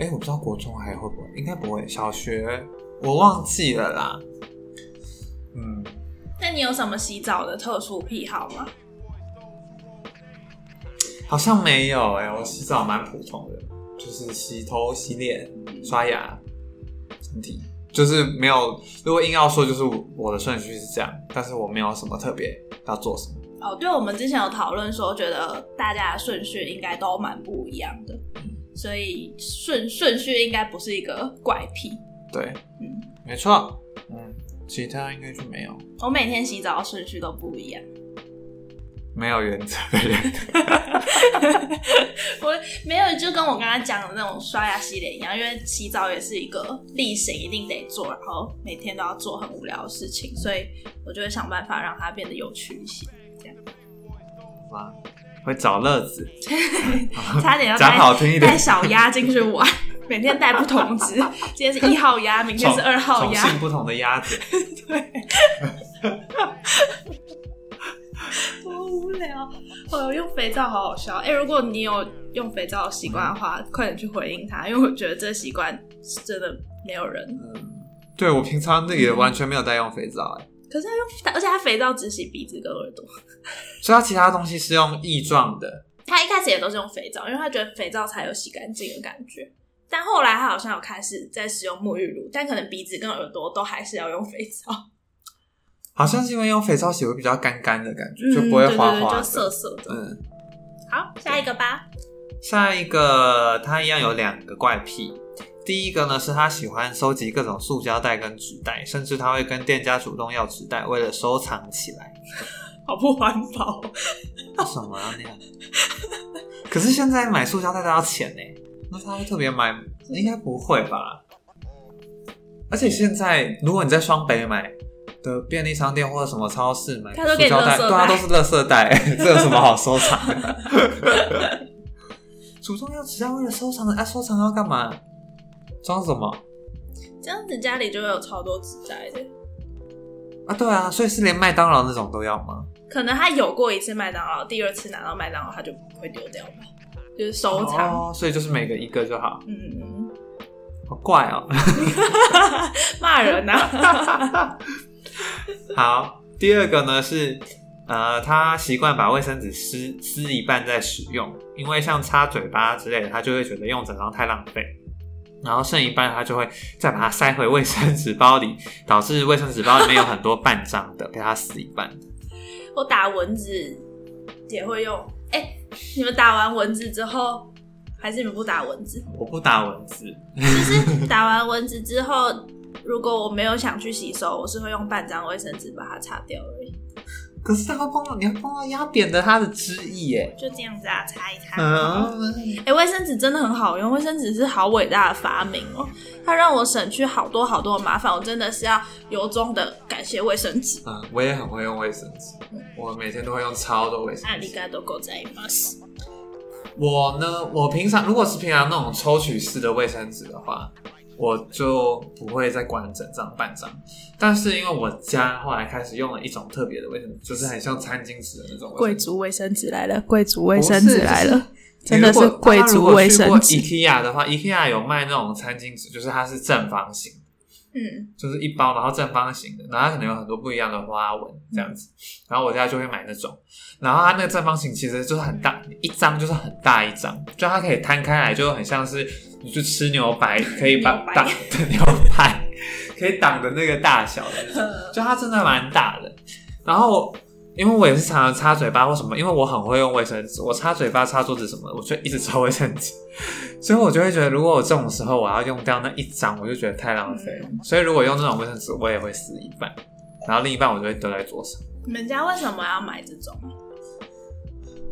[SPEAKER 1] 哎、我不知道国中还会不会，应该不会。小学我忘记了啦。嗯，
[SPEAKER 2] 那你有什么洗澡的特殊癖好吗？
[SPEAKER 1] 好像没有哎、我洗澡蛮普通的，就是洗头、洗脸、刷牙、身体，就是没有。如果硬要说，就是我的顺序是这样，但是我没有什么特别要做什么。
[SPEAKER 2] 哦，对，我们之前有讨论说，觉得大家的顺序应该都蛮不一样的，所以顺顺序应该不是一个怪癖。
[SPEAKER 1] 对，
[SPEAKER 2] 嗯，
[SPEAKER 1] 没错。嗯，其他应该就没有
[SPEAKER 2] 我每天洗澡的顺序都不一样。
[SPEAKER 1] 没有原则的人。
[SPEAKER 2] 我没有，就跟我刚刚讲的那种刷牙洗脸一样，因为洗澡也是一个例行一定得做，然后每天都要做很无聊的事情，所以我就会想办法让它变得有趣一些。
[SPEAKER 1] 吗？会找乐子，
[SPEAKER 2] 差点要
[SPEAKER 1] 讲
[SPEAKER 2] 带
[SPEAKER 1] 好听一
[SPEAKER 2] 带
[SPEAKER 1] 点，
[SPEAKER 2] 小鸭进去玩，每天带不 同只，今天是一号鸭，明天是二号
[SPEAKER 1] 宠
[SPEAKER 2] 鸭。
[SPEAKER 1] 幸不同的鸭子。
[SPEAKER 2] 多无聊！哦，用肥皂好好笑。哎、如果你有用肥皂的习惯的话，快点去回应他，因为我觉得这习惯是真的没有人。
[SPEAKER 1] 嗯，对我平常也完全没有在用肥皂、哎，
[SPEAKER 2] 可是他用，而且他肥皂只洗鼻子跟耳朵。
[SPEAKER 1] 所以它其他东西是用液状的。
[SPEAKER 2] 他一开始也都是用肥皂，因为他觉得肥皂才有洗干净的感觉。但后来他好像有开始在使用沐浴乳，但可能鼻子跟耳朵都还是要用肥皂，
[SPEAKER 1] 好像是因为用肥皂洗会比较干干的感觉，
[SPEAKER 2] 嗯
[SPEAKER 1] 就不会滑
[SPEAKER 2] 对对对，
[SPEAKER 1] 滑
[SPEAKER 2] 就涩
[SPEAKER 1] 的。
[SPEAKER 2] 涩的。
[SPEAKER 1] 嗯，
[SPEAKER 2] 好，下一个吧。
[SPEAKER 1] 下一个他一样有两个怪癖。第一个呢是他喜欢收集各种塑胶袋跟纸袋，甚至他会跟店家主动要纸袋，为了收藏起来。
[SPEAKER 2] 好不环保，
[SPEAKER 1] 为什么要那样？ 可是现在买塑胶袋都要钱呢、那他会特别买？应该不会吧？而且现在如果你在双北买的便利商店或者什么超市买
[SPEAKER 2] 他都
[SPEAKER 1] 塑
[SPEAKER 2] 给你
[SPEAKER 1] 胶袋，
[SPEAKER 2] 垃圾袋
[SPEAKER 1] 对啊，都是垃圾袋、 这有什么好收藏 的？主动要只要为了收藏的，啊，收藏要干嘛？装什么
[SPEAKER 2] 这样子家里就会有超多纸袋的。
[SPEAKER 1] 啊？对啊，所以是连麦当劳那种都要吗？
[SPEAKER 2] 可能他有过一次麦当劳，第二次拿到麦当劳他就不会丢掉吧，就是收藏。
[SPEAKER 1] 哦，所以就是每个一个就好，
[SPEAKER 2] 嗯，
[SPEAKER 1] 好怪哦。
[SPEAKER 2] 骂人呐、啊！
[SPEAKER 1] 好，第二个呢是呃，他习惯把卫生纸撕撕一半再使用，因为像擦嘴巴之类的，他就会觉得用整张太浪费，然后剩一半他就会再把它塞回卫生纸包里，导致卫生纸包里面有很多半张的，被他撕一半。
[SPEAKER 2] 我打蚊子也会用。哎、你们打完蚊子之后，还是你们不打蚊子？
[SPEAKER 1] 我不打蚊子，
[SPEAKER 2] 就是打完蚊子之后，如果我没有想去洗手，我是会用半张卫生纸把它擦掉而已，
[SPEAKER 1] 可是他会碰到，你要碰到压扁的它的汁液耶。
[SPEAKER 2] 就这样子啊，擦一擦。
[SPEAKER 1] 嗯，
[SPEAKER 2] 哎、卫生纸真的很好用，卫生纸是好伟大的发明哦，它让我省去好多好多的麻烦，我真的是要由衷的感谢卫生纸。
[SPEAKER 1] 嗯，我也很会用卫生纸，我每天都会用超多卫生
[SPEAKER 2] あ
[SPEAKER 1] 纸
[SPEAKER 2] り。がとうございます。
[SPEAKER 1] 我呢，我平常如果是平常那种抽取式的卫生纸的话，我就不会再管整张半张。但是因为我家后来开始用了一种特别的卫生纸，就是很像餐巾纸的那种卫
[SPEAKER 2] 贵
[SPEAKER 1] 生纸。
[SPEAKER 2] 族卫生纸来了，贵族卫
[SPEAKER 1] 不是
[SPEAKER 2] 生纸来了，真的是贵族卫生纸。
[SPEAKER 1] IKEA 的话，IKEA 有卖那种餐巾纸，就是它是正方形，
[SPEAKER 2] 嗯，
[SPEAKER 1] 就是一包，然后正方形的，然后它可能有很多不一样的花纹这样子。然后我家就会买那种，然后它那个正方形其实就是很大，
[SPEAKER 2] 嗯
[SPEAKER 1] 一张就是很大一张，就它可以摊开来，就很像是你去吃牛排，可以把
[SPEAKER 2] 牛排
[SPEAKER 1] 挡的牛排， 可以挡的那个大小的那种，
[SPEAKER 2] 嗯
[SPEAKER 1] 就它真的蛮大的。然后因为我也是常常擦嘴巴或什么，因为我很会用卫生纸，我擦嘴巴、擦桌子什么，我就一直抽卫生纸。 所以我就会觉得，如果我这种时候我要用掉那一张，我就觉得太浪费了。所以如果用这种卫生纸，我也会撕一半，然后另一半我就会丢在桌上。
[SPEAKER 2] 你们家为什么要买这种？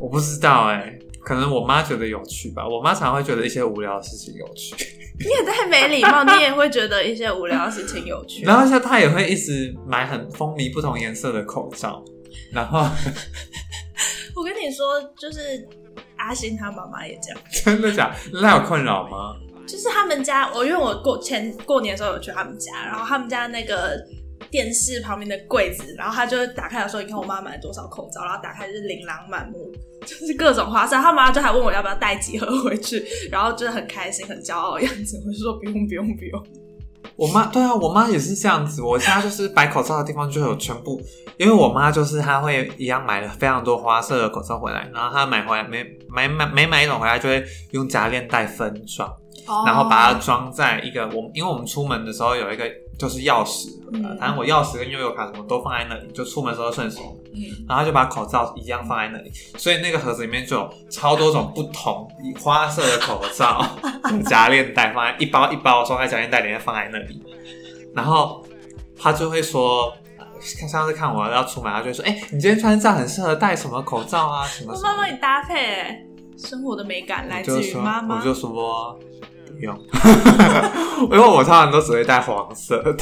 [SPEAKER 1] 我不知道哎、可能我妈觉得有趣吧。我妈常会觉得一些无聊的事情有趣，
[SPEAKER 2] 你也太没礼貌，你也会觉得一些无聊的事情有趣。
[SPEAKER 1] 然后像她也会一直买很风靡不同颜色的口罩，然后
[SPEAKER 2] 我跟你说，就是阿星他妈妈也这样，
[SPEAKER 1] 真的假的？那有困扰吗？
[SPEAKER 2] 就是他们家，我因为我过前过年的时候有去他们家，然后他们家那个。电视旁边的柜子，然后他就打开来说：“你看我妈买了多少口罩。”然后打开就是琳琅满目， 就是各种花哨。他妈就还问我要不要带几盒回去，然后就是很开心、很骄傲的样子。我就说：“不用，不用，不用。”
[SPEAKER 1] 我妈对啊，我妈也是这样子。我家就是摆口罩的地方就有全部，因为我妈就是她会一样买了非常多花色的口罩回来，然后她买回来每买买每买一种回来就会用夹链袋分装，然后把它装在一个我因为我们出门的时候有一个就是钥匙盒啊
[SPEAKER 2] 嗯
[SPEAKER 1] 反正我钥匙跟悠游卡什么都放在那里，就出门的时候顺手拿，
[SPEAKER 2] 嗯
[SPEAKER 1] 然后她就把口罩一样放在那里，所以那个盒子里面就有超多种不同花色的口罩 夹链袋放在一包一包装在夹链袋里面放在那里，然后他就会说。看上次看我要出门，他就会说：“哎、你今天穿这样很适合戴什么口罩啊？什么
[SPEAKER 2] 我
[SPEAKER 1] 什么的？”
[SPEAKER 2] 妈帮你搭配、欸，生活的美感来
[SPEAKER 1] 我
[SPEAKER 2] 自
[SPEAKER 1] 就
[SPEAKER 2] 于
[SPEAKER 1] 说，
[SPEAKER 2] 妈妈
[SPEAKER 1] 我。就说不用， 因为我通常都只会戴黄色的，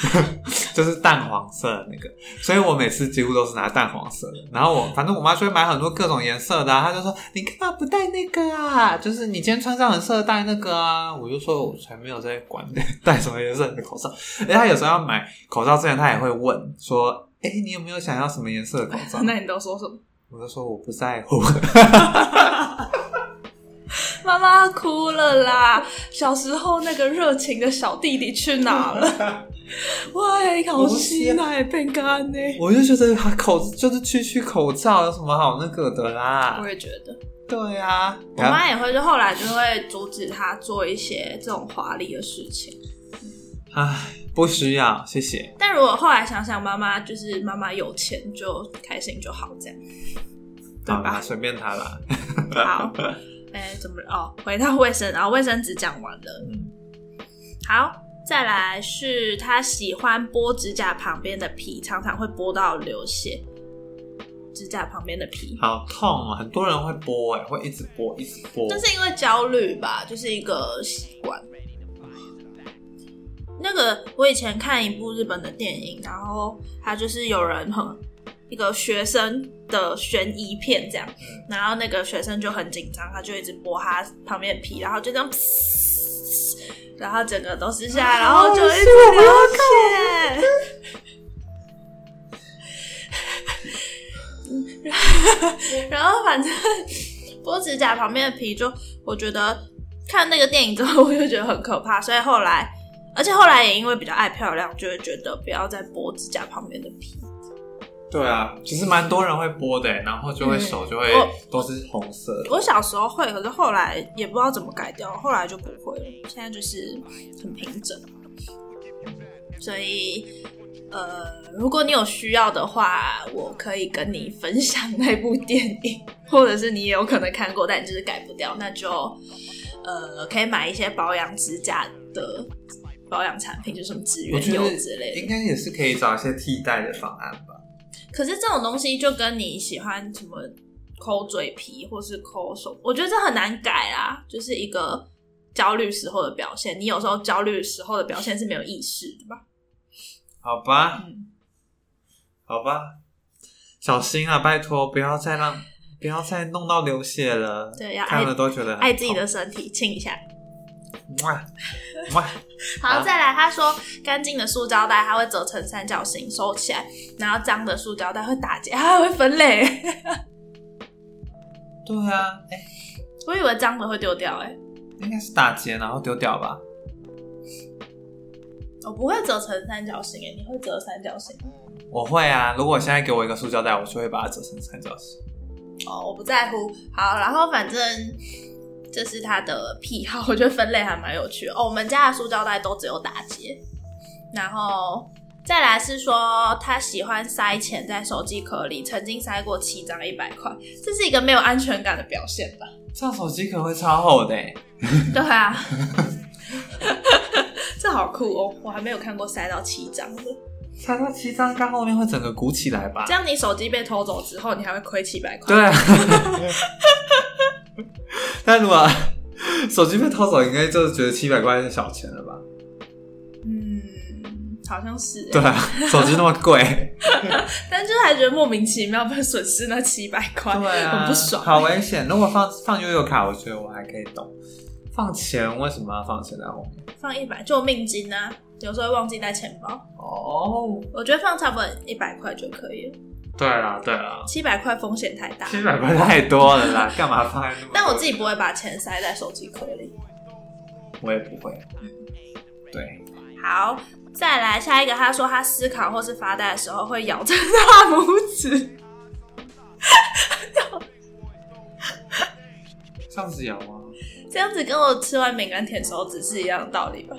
[SPEAKER 1] 就是淡黄色的那个，所以我每次几乎都是拿淡黄色的。然后我反正我妈就会买很多各种颜色的、啊，她就说你干嘛不戴那个啊？就是你今天穿上很适合戴那个啊。我就说我才没有在管戴什么颜色的口罩，而且她有时候要买口罩之前，她也会问说。哎、你有没有想要什么颜色的口罩
[SPEAKER 2] ？那你都说什么？
[SPEAKER 1] 我就说我不在乎。
[SPEAKER 2] 妈妈哭了啦！小时候那个热情的小弟弟去哪了？ 喂，老师，那啊也变干呢？
[SPEAKER 1] 我就觉得啊口就是区区口罩有什么好那个的啦
[SPEAKER 2] 我？也觉得，
[SPEAKER 1] 对啊，
[SPEAKER 2] 我妈也会，就后来就会阻止他做一些这种华丽的事情。
[SPEAKER 1] 唉，不需要，谢谢。
[SPEAKER 2] 但如果后来想想，妈妈就是妈妈有钱就开心就好，这样对
[SPEAKER 1] 好啦
[SPEAKER 2] 吧？
[SPEAKER 1] 随便他啦。
[SPEAKER 2] 好，哎、怎么了哦？回到卫生啊，卫生纸讲完了。
[SPEAKER 1] 嗯，
[SPEAKER 2] 好，再来是他喜欢剥指甲旁边的皮，常常会剥到流血。指甲旁边的皮，
[SPEAKER 1] 好痛哦，很多人会播哎，会一直播，一直播。
[SPEAKER 2] 那是因为焦虑吧，就是一个习惯。那个我以前看一部日本的电影，然后他就是有人很一个学生的悬疑片这样，然后那个学生就很紧张，他就一直剥他旁边的皮，然后就这样，噗然后整个都是下来，然后就一直流血。 然后反正剥指甲旁边的皮就，我觉得看那个电影之后，我就觉得很可怕，所以后来，而且后来也因为比较爱漂亮，就会觉得不要再剥指甲旁边的皮。
[SPEAKER 1] 对啊，其实蛮多人会剥的欸，然后就会
[SPEAKER 2] 嗯
[SPEAKER 1] 手就会
[SPEAKER 2] 我
[SPEAKER 1] 都是红色的。
[SPEAKER 2] 我小时候会，可是后来也不知道怎么改掉，后来就不会了。现在就是很平整，所以呃，如果你有需要的话，我可以跟你分享那部电影，或者是你也有可能看过，但你就是改不掉，那就呃，可以买一些保养指甲的保养产品，就什么指
[SPEAKER 1] 我
[SPEAKER 2] 缘
[SPEAKER 1] 觉
[SPEAKER 2] 油
[SPEAKER 1] 得
[SPEAKER 2] 之类的
[SPEAKER 1] 应。该也是可以找一些替代的方案吧。
[SPEAKER 2] 可是这种东西就跟你喜欢什么抠嘴皮或是抠手，我觉得这很难改啦，就是一个焦虑时候的表现。你有时候焦虑时候的表现是没有意识的吧？
[SPEAKER 1] 好吧，
[SPEAKER 2] 嗯，
[SPEAKER 1] 好吧，小心啊，拜托，不要再让，不要再弄到流血了。
[SPEAKER 2] 对要
[SPEAKER 1] 看
[SPEAKER 2] 爱
[SPEAKER 1] 了都觉得很
[SPEAKER 2] 爱自己
[SPEAKER 1] 痛
[SPEAKER 2] 的。身体，亲一下。
[SPEAKER 1] 哇哇，
[SPEAKER 2] 好，再来，他说干净的塑胶袋它会折成三角形收起来，然后脏的塑胶袋会打结，它还会分类。
[SPEAKER 1] 对啊，哎、
[SPEAKER 2] 我以为脏的会丢掉、欸，哎，
[SPEAKER 1] 应该是打结然后丢掉吧？
[SPEAKER 2] 我不会折成三角形、欸，哎，你会折三角形吗？
[SPEAKER 1] 我会啊，如果现在给我一个塑胶袋，我就会把它折成三角形。
[SPEAKER 2] 哦，我不在乎。好，然后反正这是他的癖好，我觉得分类还蛮有趣的哦。我们家的塑胶袋都只有打结，然后再来是说他喜欢塞钱在手机壳里，曾经塞过七张一百块，这是一个没有安全感的表现吧？
[SPEAKER 1] 这样手机壳会超厚的、欸，
[SPEAKER 2] 对 啊，这好酷哦，我还没有看过塞到七张的。
[SPEAKER 1] 它到七张，它后面会整个鼓起来吧
[SPEAKER 2] 这？样你手机被偷走之后，你还会亏七百块。
[SPEAKER 1] 对啊。 但如果手机被偷走，应该就是觉得七百块是小钱了吧？
[SPEAKER 2] 嗯，好像是、欸。
[SPEAKER 1] 对啊，手机那么贵，
[SPEAKER 2] 但就是还觉得莫名其妙被损失那七百块，啊很不爽。
[SPEAKER 1] 啊好危险。如果放放悠悠卡，我觉得我还可以懂。放钱为什么要放钱在后面？
[SPEAKER 2] 放一百救命金啊，有时候会忘记带钱包，
[SPEAKER 1] 哦，
[SPEAKER 2] 我觉得放差不多一百块就可以了，
[SPEAKER 1] 对啦对啦，
[SPEAKER 2] 七百块风险太大。
[SPEAKER 1] 七百块太多了 啦，干嘛放在那么多？
[SPEAKER 2] 但我自己不会把钱塞在手机壳里。
[SPEAKER 1] 我也不会。对，
[SPEAKER 2] 好，再来下一个，他说他思考或是发呆的时候会咬着大拇指，
[SPEAKER 1] 这样子咬啊吗？
[SPEAKER 2] 这样子跟我吃完饼干舔手指是一样的道理吧？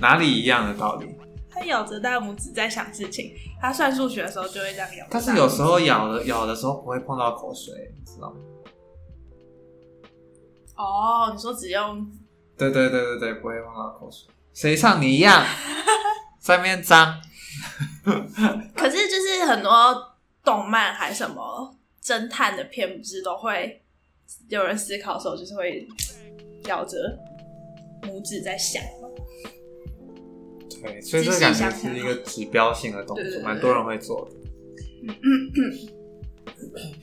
[SPEAKER 1] 哪里一样的道理？
[SPEAKER 2] 他咬着大拇指在想事情，他算数学的时候就会这样咬。
[SPEAKER 1] 但是有时候咬的咬的时候不会碰到口水，你知道吗？
[SPEAKER 2] 哦，你说只用
[SPEAKER 1] 对对对对对，不会碰到口水。谁像你一 样在那边脏？
[SPEAKER 2] 可是就是很多动漫还什么侦探的片，不是都会有人思考的时候，就是会咬着拇指在想吗？
[SPEAKER 1] 对，所以
[SPEAKER 2] 仔
[SPEAKER 1] 这
[SPEAKER 2] 细
[SPEAKER 1] 感觉
[SPEAKER 2] 想
[SPEAKER 1] 是
[SPEAKER 2] 想
[SPEAKER 1] 一个指标性的动
[SPEAKER 2] 对对
[SPEAKER 1] 作，
[SPEAKER 2] 对
[SPEAKER 1] 蛮多人会做的。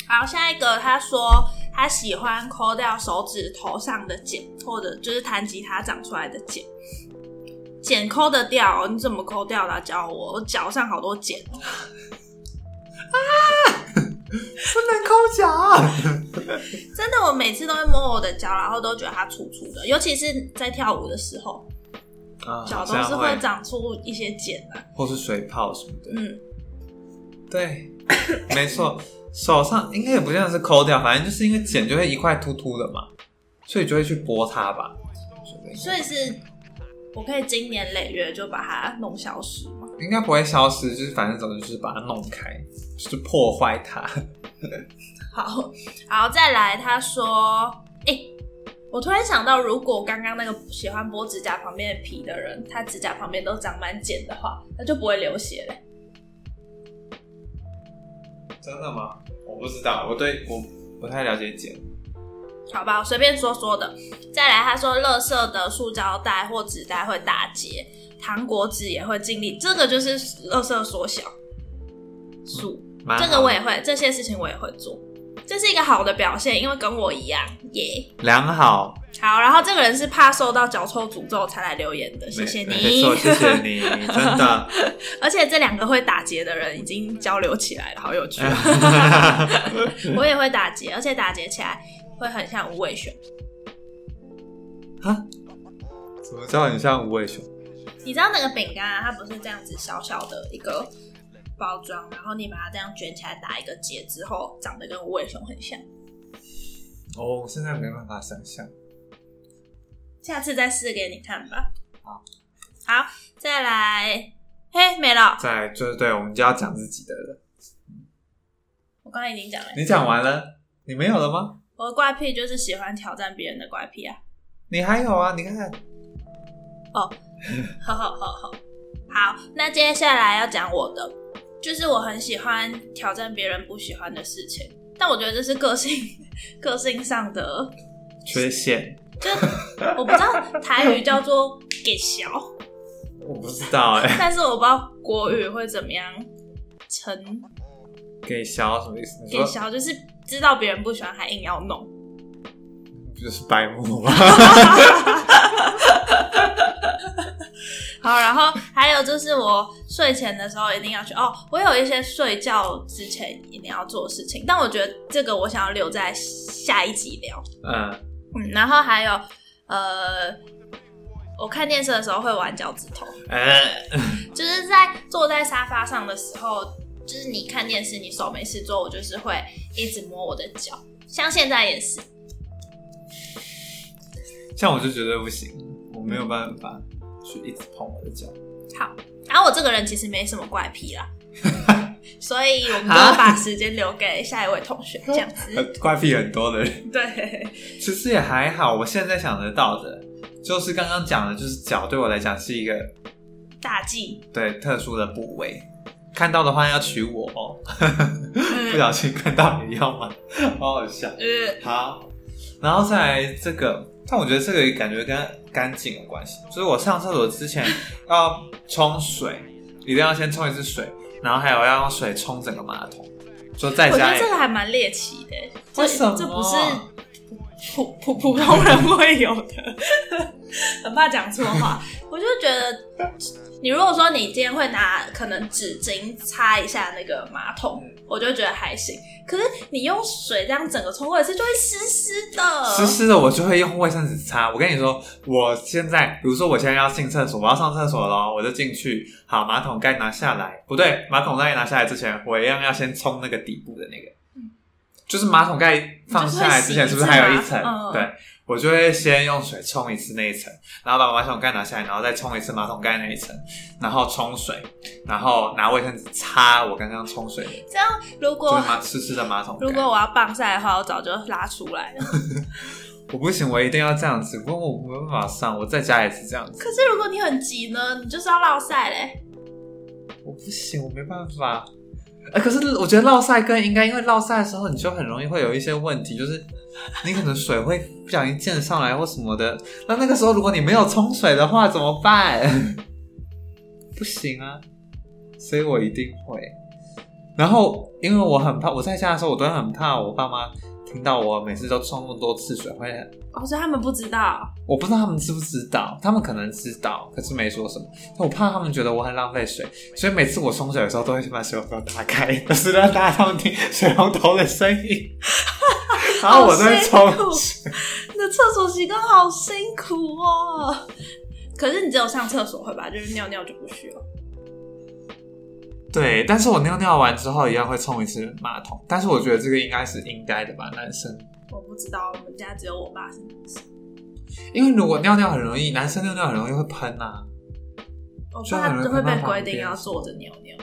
[SPEAKER 2] 好，下一个他说他喜欢抠掉手指头上的茧，或者就是弹吉他长出来的茧。茧抠得掉、哦你怎么抠掉的啊、教我，我脚上好多茧哦。
[SPEAKER 1] 不能抠脚。啊
[SPEAKER 2] 真的，我每次都会摸我的脚，然后都觉得它粗粗的，尤其是在跳舞的时候，
[SPEAKER 1] 啊
[SPEAKER 2] 脚
[SPEAKER 1] 这
[SPEAKER 2] 都
[SPEAKER 1] 样
[SPEAKER 2] 是
[SPEAKER 1] 会
[SPEAKER 2] 会，长出一些茧的、
[SPEAKER 1] 或是水泡什么的。
[SPEAKER 2] 嗯，
[SPEAKER 1] 对，没错，手上应该也不像是抠掉，反正就是因为剪就会一块凸凸的嘛，所以就会去拨它吧。觉得应该
[SPEAKER 2] 所以是，我可以经年累月就把它弄消失吗？
[SPEAKER 1] 应该不会消失，就是反正总之就是把它弄开，就是破坏它。
[SPEAKER 2] 好，好，再来，他说，哎、我突然想到，如果刚刚那个喜欢剥指甲旁边的皮的人，他指甲旁边都长满茧的话，那就不会流血嘞。
[SPEAKER 1] 真的吗？我不知道，我对我不太了解剪。
[SPEAKER 2] 好吧，我随便说说的。再来，他说，垃圾的塑胶袋或纸袋会打结，糖果纸也会尽力，这个就是垃圾缩小。塑
[SPEAKER 1] 蛮啊好
[SPEAKER 2] 这
[SPEAKER 1] 的
[SPEAKER 2] 个我也会，这些事情我也会做，这是一个好的表现，因为跟我一样耶。
[SPEAKER 1] 良好，
[SPEAKER 2] 好，然后这个人是怕受到脚臭诅咒才来留言的，谢谢
[SPEAKER 1] 没没
[SPEAKER 2] 你
[SPEAKER 1] 错，。谢谢你，真的。
[SPEAKER 2] 而且这两个会打结的人已经交流起来了，好有趣。哦 我也会打结，而且打结起来会很像无尾熊。
[SPEAKER 1] 怎么叫你像无尾熊？
[SPEAKER 2] 你知道那个饼干啊，它不是这样子小小的一个包装，然后你把它这样卷起来打一个结之后，长得跟无尾熊很像。
[SPEAKER 1] 哦，现在没办法想象。
[SPEAKER 2] 下次再试给你看吧。
[SPEAKER 1] 好，
[SPEAKER 2] 好，再来，嘿，没了，
[SPEAKER 1] 再就是对，我们就要讲自己的了。
[SPEAKER 2] 我刚刚已经讲了。
[SPEAKER 1] 你讲完了，你没有了吗？
[SPEAKER 2] 我的怪癖就是喜欢挑战别人的怪癖啊。
[SPEAKER 1] 你还有啊？你看看，
[SPEAKER 2] 好好好好，好，那接下来要讲我的，就是我很喜欢挑战别人不喜欢的事情，但我觉得这是个性 个性上的，
[SPEAKER 1] 缺陷，
[SPEAKER 2] 就是我不知道台语叫做“ 给小
[SPEAKER 1] 我不知道哎、”，
[SPEAKER 2] 但是我不知道国语会怎么样成
[SPEAKER 1] 给小什么意思？
[SPEAKER 2] “
[SPEAKER 1] 你
[SPEAKER 2] 给
[SPEAKER 1] 说
[SPEAKER 2] 小”，就是知道别人不喜欢还硬要弄。
[SPEAKER 1] 就是白目吗？
[SPEAKER 2] 好，然后还有就是我睡前的时候一定要去哦，我有一些睡觉之前一定要做的事情，但我觉得这个我想要留在下一集聊。
[SPEAKER 1] 嗯，
[SPEAKER 2] 嗯，然后还有呃，我看电视的时候会玩脚趾头，
[SPEAKER 1] 哎、
[SPEAKER 2] 就是在坐在沙发上的时候，就是你看电视，你手没事做，我就是会一直摸我的脚，像现在也是。
[SPEAKER 1] 像我就绝对不行，我没有办法去一直碰我的脚。
[SPEAKER 2] 好，然后我这个人其实没什么怪癖啦。所以我们都要把时间留给下一位同学，这样
[SPEAKER 1] 呃
[SPEAKER 2] 子。
[SPEAKER 1] 怪癖很多的人，
[SPEAKER 2] 哎对，
[SPEAKER 1] 其实也还好。我现在想得到的，就是刚刚讲的，就是脚对我来讲是一个
[SPEAKER 2] 大忌。
[SPEAKER 1] 对特殊的部位。看到的话要娶我哦，不
[SPEAKER 2] 嗯，
[SPEAKER 1] 小心看到也要吗？ 好好笑。
[SPEAKER 2] 呃，
[SPEAKER 1] 好，然后再来这个，但我觉得这个感觉跟干净有关系。就是我上厕所之前要冲水，一定要先冲一次水，然后还有要用水冲整个马桶。就在
[SPEAKER 2] 我觉
[SPEAKER 1] 家
[SPEAKER 2] 得
[SPEAKER 1] 里
[SPEAKER 2] 这，个还蛮猎奇的，这
[SPEAKER 1] 为什么
[SPEAKER 2] 这不是普普普通人会有的， 很怕讲错话。我就觉得，你如果说你今天会拿可能纸巾擦一下那个马桶，
[SPEAKER 1] 嗯
[SPEAKER 2] 我就觉得还行。可是你用水这样整个冲过一次，就会湿湿的。
[SPEAKER 1] 湿湿的我就会用卫生纸擦。我跟你说，我现在，比如说我现在要进厕所，我要上厕所了，我就进去，好，马桶盖拿下来，不对，马桶盖拿下来之前，我一样要先冲那个底部的那个，
[SPEAKER 2] 嗯
[SPEAKER 1] 就是马桶盖放下来之前是不是还有一层？
[SPEAKER 2] 嗯
[SPEAKER 1] 对，我就会先用水冲一次那一层，然后把马桶盖拿下来，然后再冲一次马桶盖那一层，然后冲水，然后拿卫生纸擦我刚刚冲水的，
[SPEAKER 2] 这样，如
[SPEAKER 1] 就是
[SPEAKER 2] 果
[SPEAKER 1] 马湿湿的马桶盖。
[SPEAKER 2] 如果我要棒晒的话，我早就拉出来了。
[SPEAKER 1] 我不行，我一定要这样子，不过我没办法上，我在家也是这样子。
[SPEAKER 2] 可是如果你很急呢，你就是要落晒嘞。
[SPEAKER 1] 我不行，我没办法。呃，可是我觉得落晒更应该，因为落晒的时候你就很容易会有一些问题，就是 你可能水会不小心溅上来或什么的。那那个时候如果你没有冲水的话怎么办？ 不行啊，所以我一定会。然后因为我很怕，我在家的时候我都很怕我爸妈听到我每次都冲那么多次水会很
[SPEAKER 2] 哦，所以他们不知道。
[SPEAKER 1] 我不知道他们知不知道，他们可能知道，可是没说什么。但我怕他们觉得我很浪费水，所以每次我冲水的时候，都会先把水龙头打开，就是让大家他们听水龙头的声音， 然后我在
[SPEAKER 2] 好辛苦
[SPEAKER 1] 冲水。
[SPEAKER 2] 你的厕所习惯好辛苦哦。可是你只有上厕所会吧？就是尿尿就不需要。
[SPEAKER 1] 对，但是我尿尿完之后一样会冲一次马桶，但是我觉得这个应该是应该的吧，男生，
[SPEAKER 2] 我不知道，我们家只有我爸是男生，
[SPEAKER 1] 因为如果尿尿很容易，男生尿尿很容易会喷啊。
[SPEAKER 2] 我
[SPEAKER 1] 所以很
[SPEAKER 2] 爸
[SPEAKER 1] 容易
[SPEAKER 2] 就会
[SPEAKER 1] 看
[SPEAKER 2] 被
[SPEAKER 1] 到
[SPEAKER 2] 规
[SPEAKER 1] 旁
[SPEAKER 2] 定
[SPEAKER 1] 边
[SPEAKER 2] 要坐着尿尿。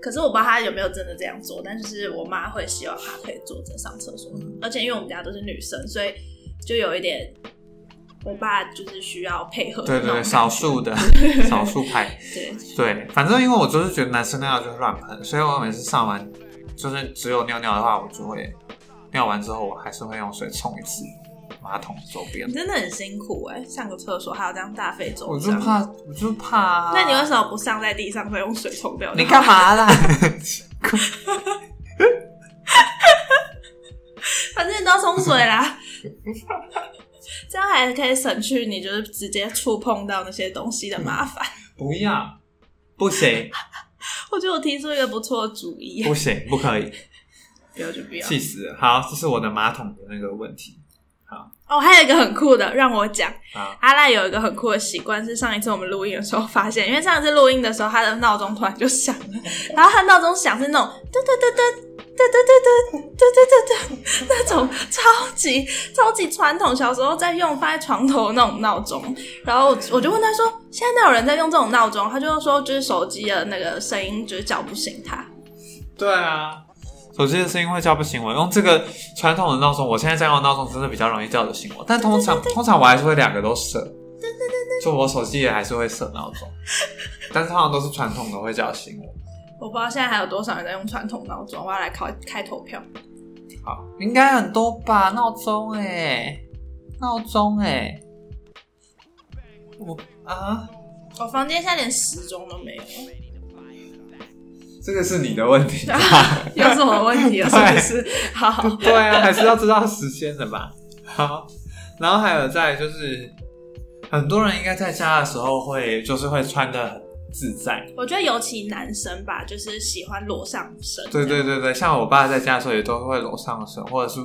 [SPEAKER 2] 可是我不知道他有没有真的这样做，但就是我妈会希望他可以坐着上厕所，而且因为我们家都是女生，所以就有一点，我爸就是需要配合
[SPEAKER 1] 对
[SPEAKER 2] 的那
[SPEAKER 1] 对对，
[SPEAKER 2] 种感觉。
[SPEAKER 1] 少数的少数派。
[SPEAKER 2] 对，
[SPEAKER 1] 对，反正因为我就是觉得男生尿尿就是乱喷，所以我每次上完就是只有尿尿的话，我就会尿完之后我还是会用水冲一次马桶周边
[SPEAKER 2] 你。真的很辛苦哎、上个厕所还要这样大费周
[SPEAKER 1] 我就
[SPEAKER 2] 章。
[SPEAKER 1] 怕，我就怕、啊。
[SPEAKER 2] 那 你为什么不上在地上，再用水冲掉？
[SPEAKER 1] 你干？嘛啦？
[SPEAKER 2] 反正你都要冲水啦，这样还可以省去你就是直接触碰到那些东西的麻烦。
[SPEAKER 1] 不要，不行，
[SPEAKER 2] 我觉得我提出一个不错的主意，
[SPEAKER 1] 不行，不可以，
[SPEAKER 2] 不要就不要。
[SPEAKER 1] 气死了！好，这是我的马桶的那个问题。好，
[SPEAKER 2] 哦，还有一个很酷的，让我讲。
[SPEAKER 1] 啊，
[SPEAKER 2] 阿赖有一个很酷的习惯，是上一次我们录音的时候发现，因为上一次录音的时候，他的闹钟突然就响了，然后他闹钟响是那种噔噔噔噔。噔噔噔噔噔噔噔噔，那种超级超级传统，小时候在用放在床头的那种闹钟。然后我就问他说：“现在哪有人在用这种闹钟？”他就说：“就是手机的那个声音，就是叫不醒他。
[SPEAKER 1] 对啊，手机的声音会叫不醒我。用这个传统的闹钟，我现在在用的闹钟真的比较容易叫得醒我，但通常通常我还是会两个都设，就我手机也还是会设闹钟，但是通常都是传统的会叫醒我。”
[SPEAKER 2] 我不知道现在还有多少人在用传统闹钟，我要来考开投票。
[SPEAKER 1] 好，应该很多吧？闹钟哎，闹钟哎，我啊，
[SPEAKER 2] 我房间现在连时钟都没有，
[SPEAKER 1] 这个是你的问题吧。
[SPEAKER 2] 有什么问题了？是不是？好。
[SPEAKER 1] 对啊，还是要知道时间的吧。好，然后还有再来就是，很多人应该在家的时候会就是会穿的很自在。
[SPEAKER 2] 我觉得尤其男生吧，就是喜欢裸上身。
[SPEAKER 1] 对对对对，像我爸在家的时候也都会裸上身，或者是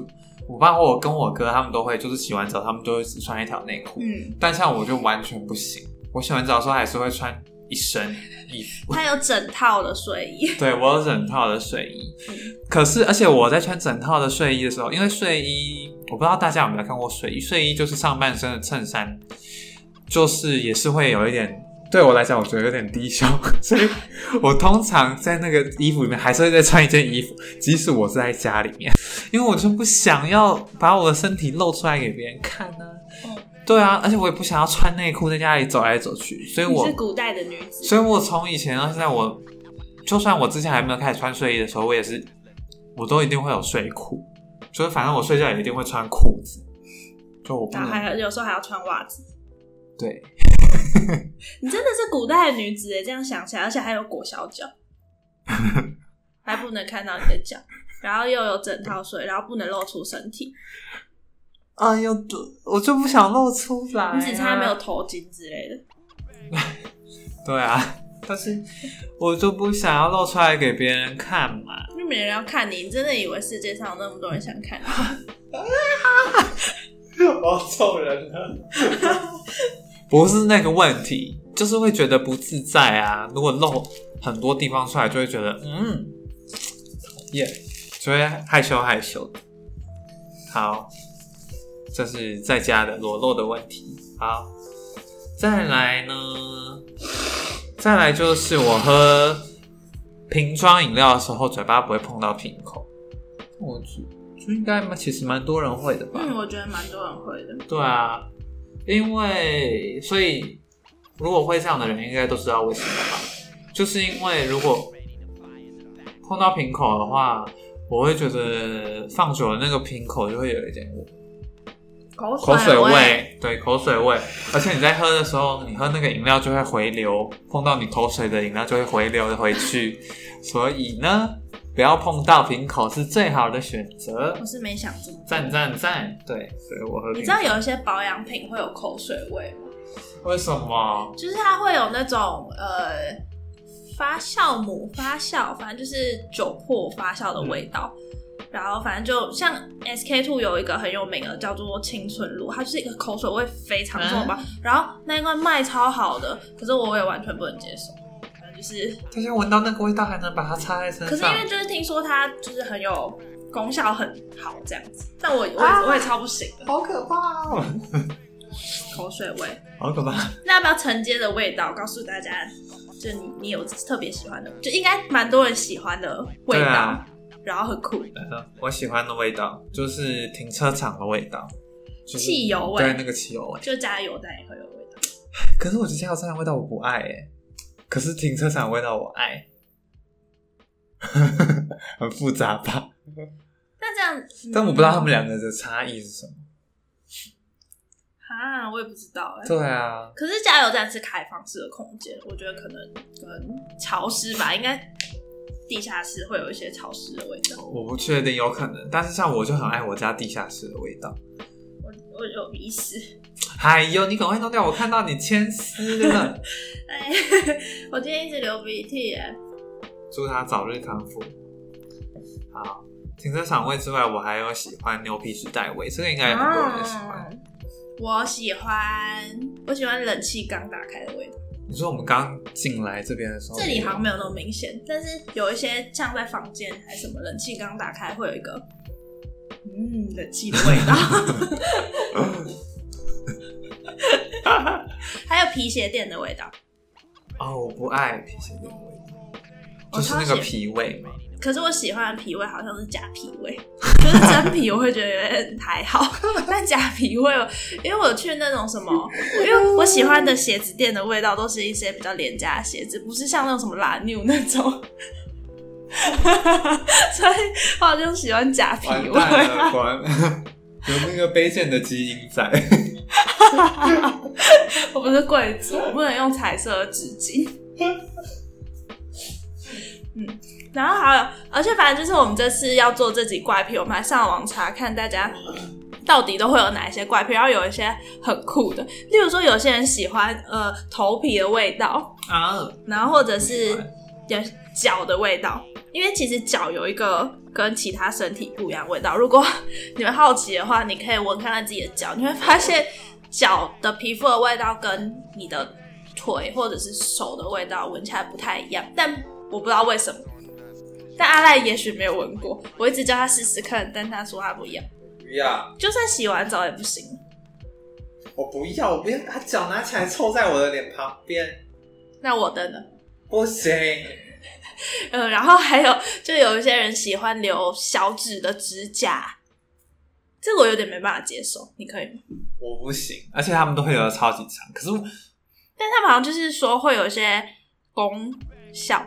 [SPEAKER 1] 我爸或我跟我哥他们都会，就是洗完澡他们都会只穿一条内裤。
[SPEAKER 2] 嗯，
[SPEAKER 1] 但像我就完全不行，我洗完澡的时候还是会穿一身衣服。
[SPEAKER 2] 他有整套的睡衣，
[SPEAKER 1] 对我有
[SPEAKER 2] 嗯
[SPEAKER 1] 整套的睡衣，可是而且我在穿整套的睡衣的时候，因为睡衣我不知道大家有没有看过睡衣，睡衣就是上半身的衬衫，就是也是会有一点。对我来讲，我觉得有点低胸， 所以我通常在那个衣服里面还是会再穿一件衣服，即使我是在家里面，因为我就不想要把我的身体露出来给别人看呢、
[SPEAKER 2] 嗯
[SPEAKER 1] 对啊，而且我也不想要穿内裤在家里走来走去，所以
[SPEAKER 2] 你
[SPEAKER 1] 我
[SPEAKER 2] 是古代的女子，
[SPEAKER 1] 所以我从以前到现在我，就算我之前还没有开始穿睡衣的时候，我也是，我都一定会有睡裤，就是反正我睡觉也一定会穿裤子，就我不
[SPEAKER 2] 然后
[SPEAKER 1] 能
[SPEAKER 2] 还有有时候还要穿袜子。
[SPEAKER 1] 对
[SPEAKER 2] 你真的是古代的女子欸耶，这样想起来，而且还有裹小 脚，还不能看到你的脚，然后又有整套睡，然后不能露出身体，
[SPEAKER 1] 啊，又我就不想露出来、啊
[SPEAKER 2] 你只差没有头巾之类的。
[SPEAKER 1] 对啊，但是我就不想要露出来给别人看嘛。
[SPEAKER 2] 就没人要看你，你真的以为世界上有那么多人想看你？
[SPEAKER 1] 我要揍人了。 不是那个问题，就是会觉得不自在啊。如果露很多地方出来，就会觉得嗯，讨厌，就会害羞害羞的。好，这是在家的裸露的问题。好，再来呢，再来就是我喝瓶装饮料的时候，嘴巴不会碰到瓶口。我觉就应该蛮，其实蛮多人会的吧。
[SPEAKER 2] 嗯，我觉得蛮多人会的。
[SPEAKER 1] 对啊，因为所以如果会这样的人，应该都知道为什么吧？就是因为如果碰到瓶口的话，我会觉得放久了那个瓶口就会有一点
[SPEAKER 2] 口水
[SPEAKER 1] 口
[SPEAKER 2] 口
[SPEAKER 1] 水味，对，口水味。而且你在喝的时候，你喝那个饮料就会回流，碰到你口水的饮料就会回流的回去，所以呢，不要碰到瓶口是最好的选择
[SPEAKER 2] 我。是没想这么多。
[SPEAKER 1] 赞赞赞！对，所以我喝
[SPEAKER 2] 你
[SPEAKER 1] 瓶
[SPEAKER 2] 知道有一些保养品会有口水味吗，
[SPEAKER 1] 为什么？
[SPEAKER 2] 就是它会有那种呃发酵母发酵，反正就是酒粕发酵
[SPEAKER 1] 嗯
[SPEAKER 2] 的味道。然后反正就像 SK two 有一个很有名的叫做青春露，它就是一个口水味非常重
[SPEAKER 1] 啊
[SPEAKER 2] 吧。然后那一罐卖超好的，可是我也完全不能接受。反正就是，
[SPEAKER 1] 大家闻到那个味道还能把它擦在身
[SPEAKER 2] 可是因
[SPEAKER 1] 上，
[SPEAKER 2] 为就是听说它就是很有功效很好这样子，但我我也、
[SPEAKER 1] 啊
[SPEAKER 2] 我也超不行的
[SPEAKER 1] 好可怕哦，
[SPEAKER 2] 口水味。
[SPEAKER 1] 好可怕！
[SPEAKER 2] 那要不要承接的味道告诉大家？就你你有特别喜欢的，就应该蛮多人喜欢的味
[SPEAKER 1] 对
[SPEAKER 2] 道，
[SPEAKER 1] 啊
[SPEAKER 2] 然后很酷，
[SPEAKER 1] 我喜欢的味道就是停车场的味道，就是
[SPEAKER 2] 汽油味
[SPEAKER 1] 对那个汽油味。
[SPEAKER 2] 就加油站也会有味道。
[SPEAKER 1] 可是我觉得加油站的味道我不爱哎、可是停车场的味道我爱， 很复杂吧？
[SPEAKER 2] 那这样，嗯
[SPEAKER 1] 但我不知道他们
[SPEAKER 2] 俩
[SPEAKER 1] 两个的差异是什么。
[SPEAKER 2] 啊，我也不知道哎、
[SPEAKER 1] 对啊，
[SPEAKER 2] 可是加油站是开放式的空间，我觉得可能跟潮湿吧，应该地下室会有一些潮湿的味道。
[SPEAKER 1] 我不确定，有可能。但是像我就很爱我家地下室的味道。
[SPEAKER 2] 我我有迷失，
[SPEAKER 1] 哎呦，你赶快弄掉！我看到你牵丝了，
[SPEAKER 2] 哎， 我今天一直流鼻涕耶。
[SPEAKER 1] 祝他早日康复。好，停车场位之外，我还有喜欢牛皮纸袋位，这个应该有很多哎人喜欢。
[SPEAKER 2] 嗯我喜欢，我喜欢冷气刚打开的味道。
[SPEAKER 1] 你说我们刚进来这边的时候，
[SPEAKER 2] 这里好像没有那么明显，但是有一些像在房间还是什么，冷气刚打开会有一个嗯冷气的味道。 还有皮鞋店的味道，
[SPEAKER 1] 哦，我不爱皮鞋店的味道，
[SPEAKER 2] 我
[SPEAKER 1] 就是
[SPEAKER 2] 超
[SPEAKER 1] 那个
[SPEAKER 2] 喜
[SPEAKER 1] 皮味嘛。
[SPEAKER 2] 可是我喜欢的皮味好像是假皮味， 就是真皮我会觉得有点 还好，但假皮味，因为我去那种什么，因为我喜欢的鞋子店的味道都是一些比较廉价的鞋子，不是像那种什么拉妞那种。 所以我好像喜欢假皮
[SPEAKER 1] 完
[SPEAKER 2] 味，
[SPEAKER 1] 蛋 了，果然 有那个卑贱的基因在。
[SPEAKER 2] 我不是贵族，我不能用彩色的纸巾。嗯，然后还有，而且反正就是我们这次要做这集怪癖，我们还上网查看大家到底都会有哪一些怪癖，然后有一些很酷的，例如说有些人喜欢呃头皮的味道，
[SPEAKER 1] 啊，
[SPEAKER 2] 然后或者是有脚的味道，因为其实脚有一个跟其他身体不一样的味道。如果你们好奇的话，你可以闻看看自己的脚，你会发现脚的皮肤的味道跟你的腿或者是手的味道闻起来不太一样，但我不知道为什么。但阿赖也许没有闻过，我一直叫他试试看，但他说他不要，
[SPEAKER 1] 不要，
[SPEAKER 2] 就算洗完澡也不行。
[SPEAKER 1] 我不要，我不要把脚拿起来凑在我的脸旁边，
[SPEAKER 2] 那我的呢？
[SPEAKER 1] 不行。
[SPEAKER 2] 嗯，然后还有就有一些人喜欢留小指的指甲，这个我有点没办法接受，你可以吗？
[SPEAKER 1] 我不行，而且他们都会有的超级长，可是
[SPEAKER 2] 但他们好像就是说会有一些功效，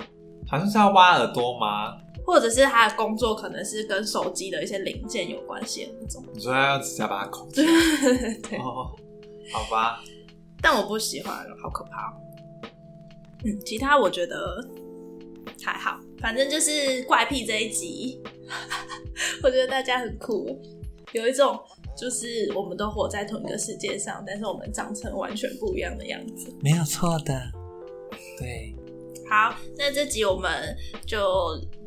[SPEAKER 1] 好像是要挖耳朵吗？
[SPEAKER 2] 或者是他的工作可能是跟手机的一些零件有关系的那种。
[SPEAKER 1] 你说要指甲把它抠起来？
[SPEAKER 2] 对，
[SPEAKER 1] 哦，好吧，
[SPEAKER 2] 但我不喜欢，好可怕、哦。嗯，其他我觉得还好，反正就是怪癖这一集， 我觉得大家很酷，有一种就是我们都活在同一个世界上，但是我们长成完全不一样的样子。
[SPEAKER 1] 没有错的。对，
[SPEAKER 2] 好，那这集我们就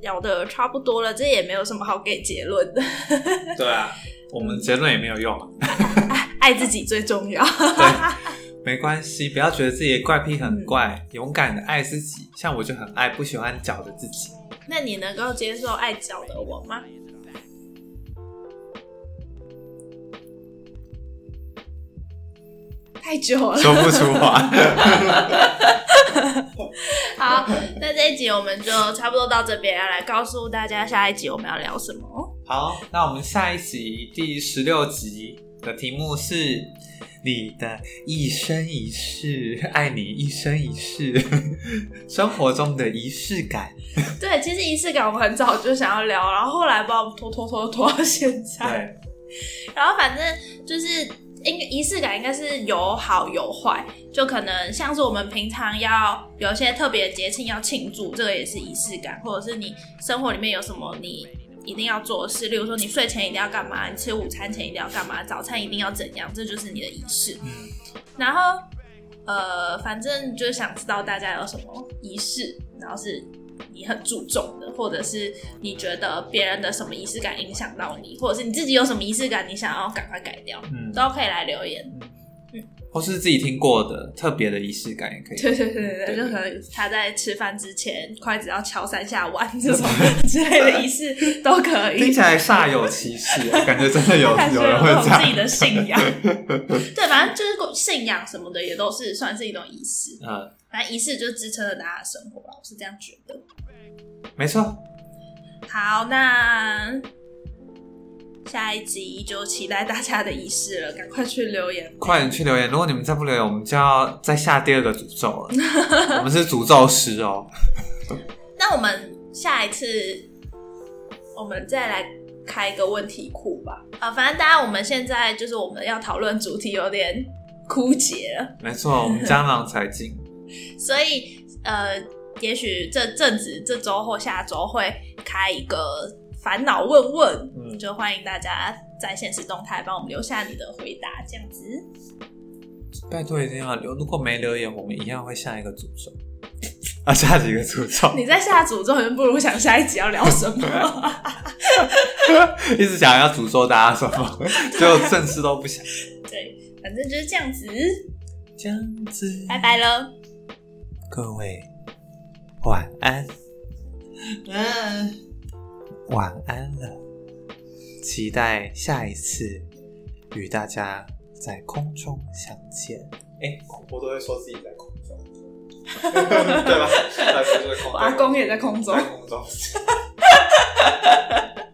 [SPEAKER 2] 聊的差不多了，这也没有什么好给结论的，
[SPEAKER 1] 对啊，我们结论也没有用 啊，
[SPEAKER 2] 爱自己最重要。
[SPEAKER 1] 没关系，不要觉得自己的怪癖很怪，勇敢的爱自己。像我就很爱不喜欢脚的自己，
[SPEAKER 2] 那你能够接受爱脚的我吗？太久了。
[SPEAKER 1] 说不出 话。
[SPEAKER 2] 好，那这一集我们就差不多到这边，来告诉大家下一集我们要聊什么哦。
[SPEAKER 1] 好，那我们下一集第十六集的题目是你的一生一世，爱你一生一世， 生活中的仪式 感。
[SPEAKER 2] 对，其实仪式感我们很早就想要聊，然后后来把我们拖拖拖拖到现在。
[SPEAKER 1] 对，
[SPEAKER 2] 然后反正就是应仪式感应该是有好有坏，就可能像是我们平常要有一些特别的节庆要庆祝，这个也是仪式感，或者是你生活里面有什么你。一定要做的事，例如说你睡前一定要干嘛，你吃午餐前一定要干嘛，早餐一定要怎样，这就是你的仪式。
[SPEAKER 1] 嗯，
[SPEAKER 2] 然后，呃，反正就是想知道大家有什么仪式，然后是你很注重的，或者是你觉得别人的什么仪式感影响到你，或者是你自己有什么仪式感，你想要赶快改掉，
[SPEAKER 1] 嗯
[SPEAKER 2] 都可以来留言。
[SPEAKER 1] 或哦是自己听过的特别的仪式感也可以。
[SPEAKER 2] 对对对对，就可能他在吃饭之前筷子要敲三下碗这种之类的仪式都可以。
[SPEAKER 1] 听起来煞有其事，啊 感觉真的有
[SPEAKER 2] 感觉
[SPEAKER 1] 有人会这
[SPEAKER 2] 自己
[SPEAKER 1] 样。
[SPEAKER 2] 的信仰，对，反正就是信仰什么的也都是算是一种仪式。
[SPEAKER 1] 嗯，
[SPEAKER 2] 反正仪式就支撑着大家的生活吧，我是这样觉得。
[SPEAKER 1] 没错，
[SPEAKER 2] 好，那下一集就期待大家的仪式了，赶快去留言。
[SPEAKER 1] 快点去留言。如果你们再不留言，我们就要再下第二个诅咒了。我们是诅咒师 哦。
[SPEAKER 2] 那我们下一次我们再来开一个问题库吧。啊，反正大家我们现在就是我们要讨论主题有点枯竭了，
[SPEAKER 1] 没错，我们江郎才尽。
[SPEAKER 2] 所以呃，也许这阵子、这周或下周会开一个烦恼问问，
[SPEAKER 1] 嗯，
[SPEAKER 2] 就欢迎大家在现实动态帮我们留下你的回答，这样子。
[SPEAKER 1] 拜托一定要留，如果没留言，我们一样会下一个诅咒。 啊，下几个诅咒，
[SPEAKER 2] 你在下诅咒，你不如想下一集要聊什么。
[SPEAKER 1] 一直想要诅咒大家什 么，最后正事都不想。
[SPEAKER 2] 对，反正就是这样子，
[SPEAKER 1] 这样子，
[SPEAKER 2] 拜拜了。
[SPEAKER 1] 各位，晚安，
[SPEAKER 2] 嗯，
[SPEAKER 1] 晚安了。期待下一次与大家在空中相见。哎、广播都会说自己在空中，对吧？在空中，
[SPEAKER 2] 我阿公也在空中。
[SPEAKER 1] 空中。